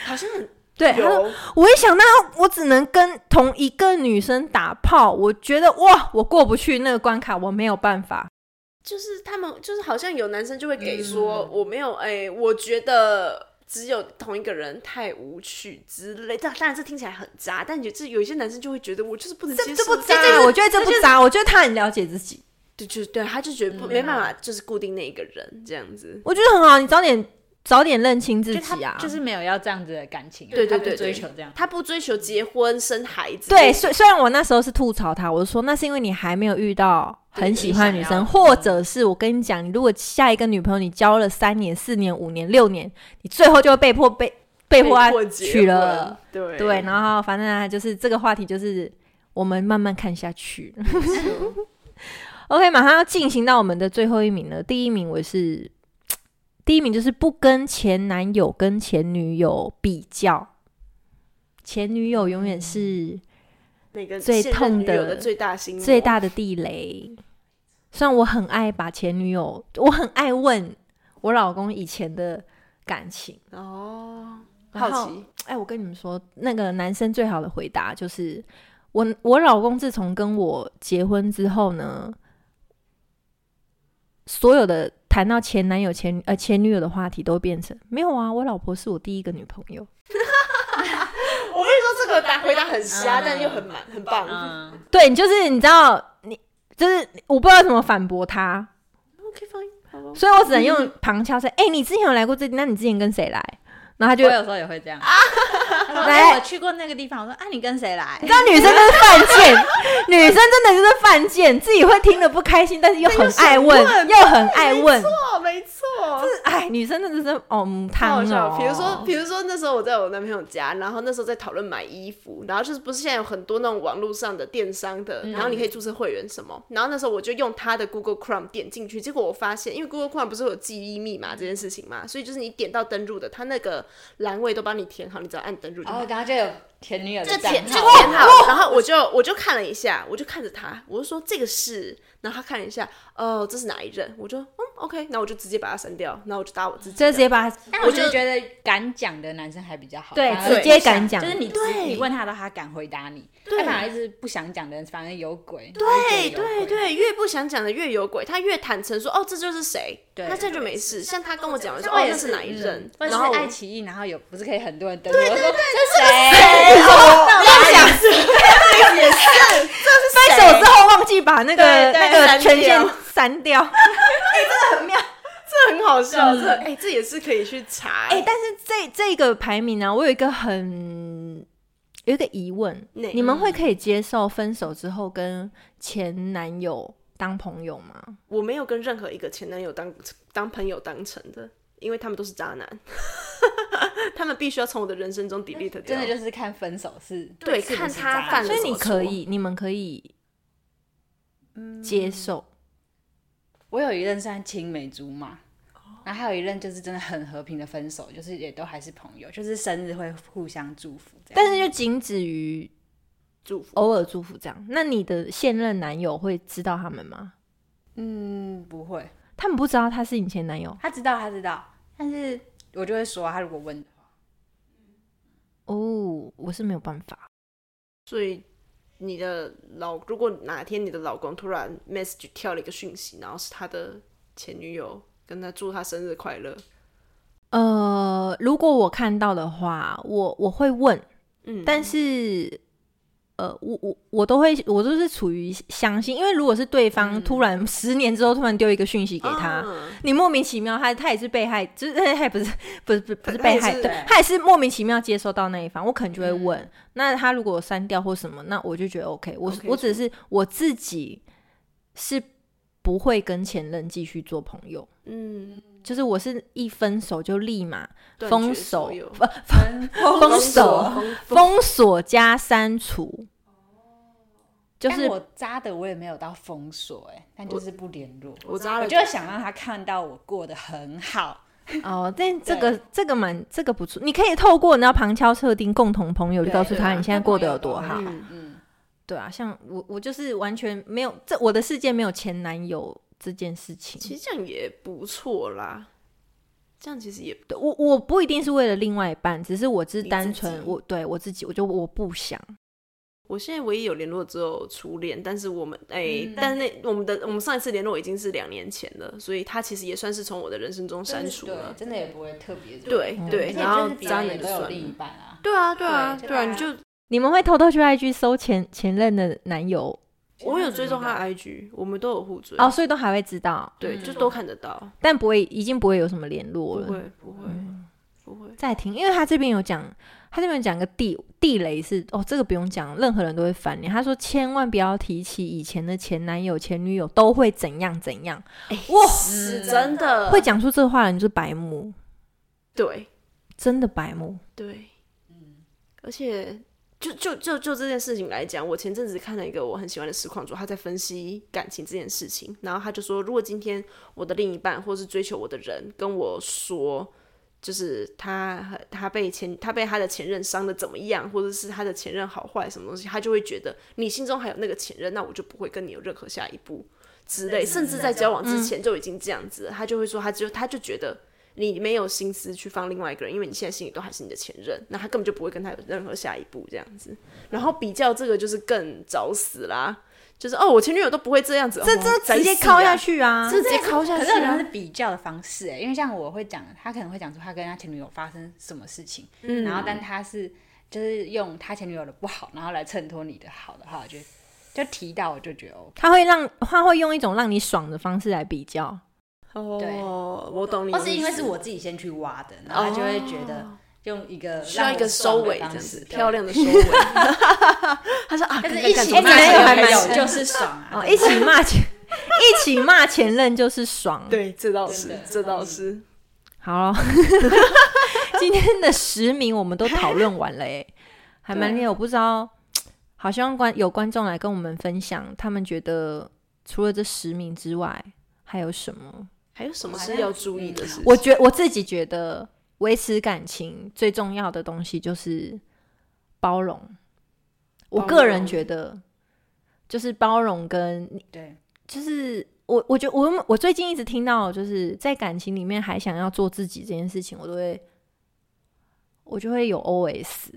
Speaker 3: 好像很
Speaker 1: 对，他说
Speaker 3: 有
Speaker 1: 我一想到我只能跟同一个女生打炮，我觉得哇，我过不去那个关卡，我没有办法。
Speaker 3: 就是他们就是好像有男生就会给说、
Speaker 1: 嗯
Speaker 3: 我没有哎、我觉得只有同一个人太无趣之类。但当然这听起来很渣，但有这有一些男生就会觉得我就是不能接受
Speaker 1: 这不
Speaker 3: 渣啊
Speaker 1: 渣，我觉得这不渣，我觉得他很了解自己，
Speaker 3: 对，就对，他就觉得不没
Speaker 1: 嗯
Speaker 3: 办法，就是固定那一个人这样子。
Speaker 1: 我觉得很好，你早点早点认清自
Speaker 2: 就他
Speaker 1: 己啊，
Speaker 2: 就是没有要这样子的感情啊，
Speaker 3: 对对
Speaker 2: 他不
Speaker 3: 对对
Speaker 2: 追求这样。
Speaker 3: 他不追求结婚生孩子，
Speaker 1: 对，虽虽然我那时候是吐槽他，我就说那是因为你还没有遇到很喜欢的女
Speaker 2: 对
Speaker 1: 生，
Speaker 2: 你想要
Speaker 1: 或者是我跟你讲，你如果下一个女朋友你交了三年、四年、五年、六年，你最后就会被迫被被
Speaker 3: 被
Speaker 1: 迫啊
Speaker 3: 迫结
Speaker 1: 娶
Speaker 3: 婚
Speaker 1: 了。，
Speaker 3: 对
Speaker 1: 对， 然后反正啊，就是这个话题，就是我们慢慢看下去。 OK，马上要进行到我们的最后一名了。第一名我是第一名，就是不跟前男友跟前女友比较，前女友永远是
Speaker 3: 每个
Speaker 1: 最
Speaker 3: 现任
Speaker 1: 痛
Speaker 3: 女友
Speaker 1: 的
Speaker 3: 的最大心魔
Speaker 1: 最大的地雷。虽然我很爱把前女友，我很爱问我老公以前的感情。
Speaker 3: 哦，
Speaker 1: 然后
Speaker 3: 好奇
Speaker 1: 哎，我跟你们说，那个男生最好的回答就是，我我老公自从跟我结婚之后呢，所有的谈到前男友前呃前女友的话题都变成没有啊，我老婆是我第一个女朋友。
Speaker 3: 我跟你说，这个答回答很
Speaker 1: 嗯
Speaker 3: 瞎，但又很满，很棒。
Speaker 2: 嗯，
Speaker 1: 对，你就是你知道，你就是我不知道怎么反驳他，
Speaker 3: OK fine，好吧。
Speaker 1: 所以我只能用旁敲侧。哎、你之前有来过这里，那你之前跟谁来？然后他就
Speaker 2: 我有时候也会这样。他说哎
Speaker 1: 来
Speaker 2: 我去过那个地方，我说啊，你跟谁来
Speaker 1: 你？知道女生真是犯贱，女生真的就是犯贱，自己会听得不开心，但是又很爱问，又很爱问，
Speaker 3: 错，没错。
Speaker 1: 哎，女生真的是哦母
Speaker 3: 太
Speaker 1: 汤
Speaker 3: 好笑
Speaker 1: 哦
Speaker 3: 了。。比如说，比如说那时候我在我男朋友家，然后那时候在讨论买衣服，然后就是不是现在有很多那种网络上的电商的，然后你可以注册会员什么，然后那时候我就用他的 Google Chrome 点进去，结果我发现，因为 Google Chrome 不是有记忆密码这件事情嘛，所以就是你点到登录的，他那个栏位都帮你填好，你只要按登录就
Speaker 2: 哦然
Speaker 3: 好。
Speaker 2: 后刚刚就有前女友的
Speaker 3: 哦这
Speaker 2: 账
Speaker 3: 填这
Speaker 2: 号，
Speaker 3: 填好，然后我就我就看了一下，我就看着他，我就说这个是，然后他看了一下，哦，这是哪一任？我就嗯 OK，那我就直接把它删掉，那我就打我自己
Speaker 1: 就
Speaker 3: 的。
Speaker 1: 直接把他
Speaker 2: 但我就觉得敢讲的男生还比较好，
Speaker 1: 对
Speaker 2: 反而
Speaker 1: 直接敢讲
Speaker 2: 就，是你直
Speaker 3: 对
Speaker 2: 你问他的，他敢回答你，他反而一直不想讲的人反而有鬼，
Speaker 3: 对
Speaker 2: 就觉得有
Speaker 3: 对
Speaker 2: 鬼，
Speaker 3: 对，越不想讲的越有鬼，他越坦诚说哦这就是谁，
Speaker 2: 对
Speaker 3: 那这样就没事。像他跟我讲的说
Speaker 2: 像
Speaker 3: 哦
Speaker 2: 我也
Speaker 3: 那是哪一任
Speaker 2: 嗯，或
Speaker 3: 然
Speaker 2: 者是
Speaker 3: 后我
Speaker 2: 爱奇艺，然后有不是可以很多人登录，我说这是谁？
Speaker 3: 哎
Speaker 1: 分手之后忘记把那个
Speaker 3: 对对
Speaker 1: 那个
Speaker 3: 删
Speaker 1: 权限
Speaker 3: 掉
Speaker 1: 删掉。
Speaker 3: 这很好笑，这
Speaker 2: 嗯
Speaker 3: 哎这也是可以去查
Speaker 1: 哎，但是这这个排名呢，我有一个很有一个疑问，
Speaker 3: 哪
Speaker 1: 你们会可以接受分手之后跟前男友当朋友吗？
Speaker 3: 我没有跟任何一个前男友当当朋友当成的，因为他们都是渣男， 他们必须要从我的人生中 delete 掉。
Speaker 2: 真的就是看分手是
Speaker 3: 对
Speaker 2: 是不是
Speaker 3: 看他
Speaker 2: 渣男
Speaker 3: 犯了
Speaker 1: 所以你
Speaker 3: 怎么
Speaker 1: 可
Speaker 3: 说
Speaker 1: 以，你们可以
Speaker 3: 嗯
Speaker 1: 接受。
Speaker 2: 我有一任算青梅竹马，
Speaker 3: 哦
Speaker 2: 然后还有一任就是真的很和平的分手，就是也都还是朋友，就是生日会互相祝福这样。
Speaker 1: 但是就仅止于
Speaker 3: 祝福，
Speaker 1: 偶尔祝福这样。那你的现任男友会知道他们吗？
Speaker 2: 嗯，不会，
Speaker 1: 他们不知道他是你前男友
Speaker 2: 他知道他知道，但是我就会说他如果问的话，
Speaker 1: 哦，我是没有办法。
Speaker 3: 所以。你的老，如果哪天你的老公突然 message 跳了一个讯息，然后是他的前女友跟他祝他生日快乐，
Speaker 1: 呃，如果我看到的话，我我会问，
Speaker 3: 嗯，
Speaker 1: 但是。呃，我我我都会，我都是处于相信，因为如果是对方突然十年之后突然丢一个讯息给他，
Speaker 3: 嗯
Speaker 1: 你莫名其妙，他他也是被害，就是 他也不是不是不是不是
Speaker 3: 他
Speaker 1: 被
Speaker 3: 也是
Speaker 1: 害，对，他也是莫名其妙接收到那一方，我可能就会问，那他如果删掉或什么，那我就觉得 OK，我
Speaker 3: 嗯 OK，
Speaker 1: 我只是我自己是不会跟前任继续做朋友，
Speaker 3: 嗯，
Speaker 1: 就是我是一分手就立马
Speaker 3: 断
Speaker 1: 封
Speaker 3: 绝
Speaker 1: 手
Speaker 3: 所 有，
Speaker 1: 不
Speaker 2: 分
Speaker 1: 封手封锁加删除，就
Speaker 2: 但
Speaker 1: 是
Speaker 2: 我渣的我也没有到封锁哎、但就是不联络。
Speaker 3: 我渣
Speaker 2: 我
Speaker 3: 了，
Speaker 2: 就想让他看到我过得很好，
Speaker 1: 哦，但这个这个蛮这个不错，你可以透过你知道旁敲侧听共同朋友，就
Speaker 2: 对
Speaker 1: 告诉
Speaker 2: 对
Speaker 1: 他
Speaker 2: 啊
Speaker 1: 你现在过得有多好。
Speaker 3: 嗯
Speaker 2: 嗯，
Speaker 1: 对啊，像我我就是完全没有这我的世界没有前男友这件事情。
Speaker 3: 其实这样也不错啦，这样其实也
Speaker 1: 对我我不一定是为了另外一半，只是我只是
Speaker 3: 你
Speaker 1: 单
Speaker 3: 自
Speaker 1: 纯
Speaker 3: 己
Speaker 1: 我对我自己，我就我不想。
Speaker 3: 我现在唯一有联络只有初恋，但是我们哎、
Speaker 2: 嗯
Speaker 3: 但是那我们的我们上一次联络已经是两年前了，所以他其实也算是从我的人生中删除
Speaker 2: 对，
Speaker 3: 了。
Speaker 2: 真的也不会特别怎么
Speaker 3: 对
Speaker 1: 嗯
Speaker 3: 对，
Speaker 2: 样，
Speaker 3: 然后
Speaker 2: 而且就是别
Speaker 3: 渣
Speaker 2: 人
Speaker 3: 男
Speaker 2: 也
Speaker 3: 就
Speaker 2: 都
Speaker 3: 算
Speaker 2: 有
Speaker 3: 了
Speaker 2: 另。一半啊，
Speaker 3: 对啊，对啊，
Speaker 2: 对
Speaker 3: 对啊，
Speaker 2: 对啊
Speaker 3: 你就
Speaker 1: 你们会偷偷去 IG 搜前前任的男友
Speaker 3: 我有追踪他的 IG，我们都有互追。
Speaker 1: 哦，，所以都还会知道，
Speaker 3: 对，
Speaker 2: 嗯
Speaker 3: 就都看得到，
Speaker 1: 但不会已经不会有什么联
Speaker 3: 不
Speaker 1: 络了。
Speaker 3: 会不会
Speaker 2: 嗯
Speaker 3: 不会。
Speaker 1: 再听，因为他这边有讲，他这边有讲个地地雷是哦，这个不用讲，任何人都会烦你。他说千万不要提起以前的前男友、前女友都会怎样怎样，哇，
Speaker 3: 是真的
Speaker 1: 会讲出这哎话的人就是白目，
Speaker 3: 对
Speaker 1: 真的白目。
Speaker 3: 嗯对，而且就就就就这件事情来讲，我前阵子看了一个我很喜欢的实况主，他在分析感情这件事情，然后他就说，如果今天我的另一半或是追求我的人跟我说，就是他他被前他被他的前任伤的怎么样，或者是他的前任好坏什么东西，他就会觉得你心中还有那个前任，那我就不会跟你有任何下一步之类，甚至在交往之
Speaker 1: 嗯
Speaker 3: 前就已经这样子了，他就会说他就他就觉得。你没有心思去放另外一个人，因为你现在心里都还是你的前任，那他根本就不会跟他有任何下一步这样子。然后比较这个就是更找死啦，就是哦，我前女友都不会这样子，
Speaker 1: 这
Speaker 3: 哦
Speaker 1: 这直接
Speaker 3: 靠
Speaker 1: 敲下，去啊！
Speaker 3: 这直接敲下
Speaker 2: 可
Speaker 3: 去
Speaker 2: 是我觉得
Speaker 3: 啊、
Speaker 2: 是比较的方式哎、因为像我会讲，他可能会讲出他跟他前女友发生什么事情，
Speaker 3: 嗯
Speaker 2: 然后但他是就是用他前女友的不好，然后来衬托你的好的话，我觉得就提到我就觉得 OK，
Speaker 1: 他会让他会用一种让你爽的方式来比较，
Speaker 2: 对
Speaker 3: 哦，我懂你意
Speaker 2: 或
Speaker 3: 思，
Speaker 2: 是因为是我自己先去挖的，然后他就会觉得用一个
Speaker 3: 需要一个收尾这样
Speaker 2: 让我爽的方式
Speaker 3: 子，漂。亮的收尾。他说啊，
Speaker 2: 对但是
Speaker 3: 看
Speaker 2: 一
Speaker 3: 看
Speaker 2: 起
Speaker 3: 看
Speaker 1: 骂
Speaker 2: 没有
Speaker 1: 还
Speaker 2: 还
Speaker 1: 蛮
Speaker 2: 有就是爽啊
Speaker 1: 哦，，一起骂前 一起骂前任就是爽。
Speaker 3: 对，这倒是
Speaker 2: 真的，
Speaker 3: 这倒是。
Speaker 1: 好咯，今天的十名我们都讨论完了诶，还蛮厉害。我不知道，好希望观有观众来跟我们分享，他们觉得除了这十名之外还有什么？
Speaker 3: 还有什么是要注意的事？
Speaker 1: 我觉我自己觉得维持感情最重要的东西就是包容。我
Speaker 3: 包
Speaker 1: 个人
Speaker 3: 容
Speaker 1: 觉得，就是包容跟
Speaker 2: 对，
Speaker 1: 就是我，我觉得我我最近一直听到，就是在感情里面还想要做自己这件事情，我都会，我就会有 OS。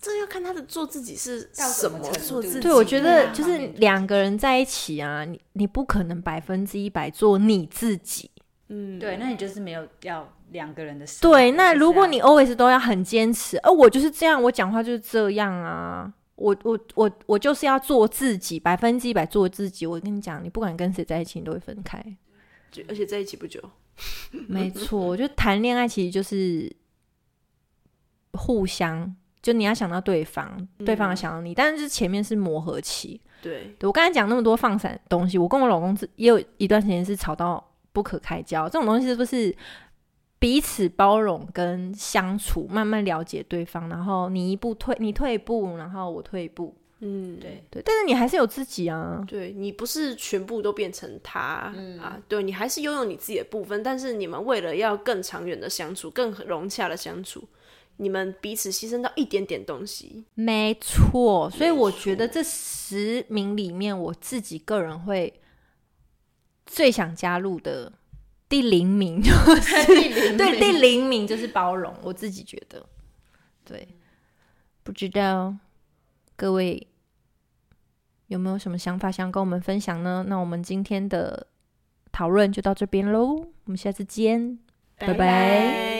Speaker 3: 这要看他的做自己是
Speaker 2: 到
Speaker 3: 什
Speaker 2: 什么
Speaker 3: 么
Speaker 2: 程
Speaker 3: 做
Speaker 2: 度
Speaker 3: 自己。
Speaker 1: 对，我觉得
Speaker 2: 啊
Speaker 1: 就
Speaker 2: 方
Speaker 1: 是
Speaker 2: 面就是
Speaker 1: 两个人在一起啊，你你不可能百分之一百做你自己。
Speaker 3: 嗯，
Speaker 2: 对，那你就是没有要两个人的生活
Speaker 1: 对，那如果你
Speaker 2: 就是
Speaker 1: always 都要很坚持，而我就是这样，我讲话就是这样啊，我我我我就是要做自己，百分之一百做自己。我跟你讲，你不管跟谁在一起，你都会分开。
Speaker 3: 就而且在一起不久，
Speaker 1: 没错，我觉得谈恋爱其实就是互相，就你要想到对方，对方要想到你，但是前面是磨合期。
Speaker 3: 对，
Speaker 1: 对我刚才讲那么多放闪的东西，我跟我老公是也有一段时间是吵到不可开交。这种东西是不是彼此包容跟相处，慢慢了解对方，然后你一步退，你退一步，然后我退一步，
Speaker 3: 嗯，
Speaker 2: 这样，对，
Speaker 1: 对，但是你还是有自己啊。
Speaker 3: 对你不是全部都变成他、啊，对你还是拥有你自己的部分，但是你们为了要更长远的相处，更融洽的相处，你们彼此牺牲到一点点东西，
Speaker 1: 没错，所以我觉得这十名里面，我自己个人会最想加入的第零名，就对 第零名就是包容，我自己觉得，对，不知道各位有没有什么想法想跟我们分享呢？那我们今天的讨论就到这边喽，我们下次见，拜拜
Speaker 3: 拜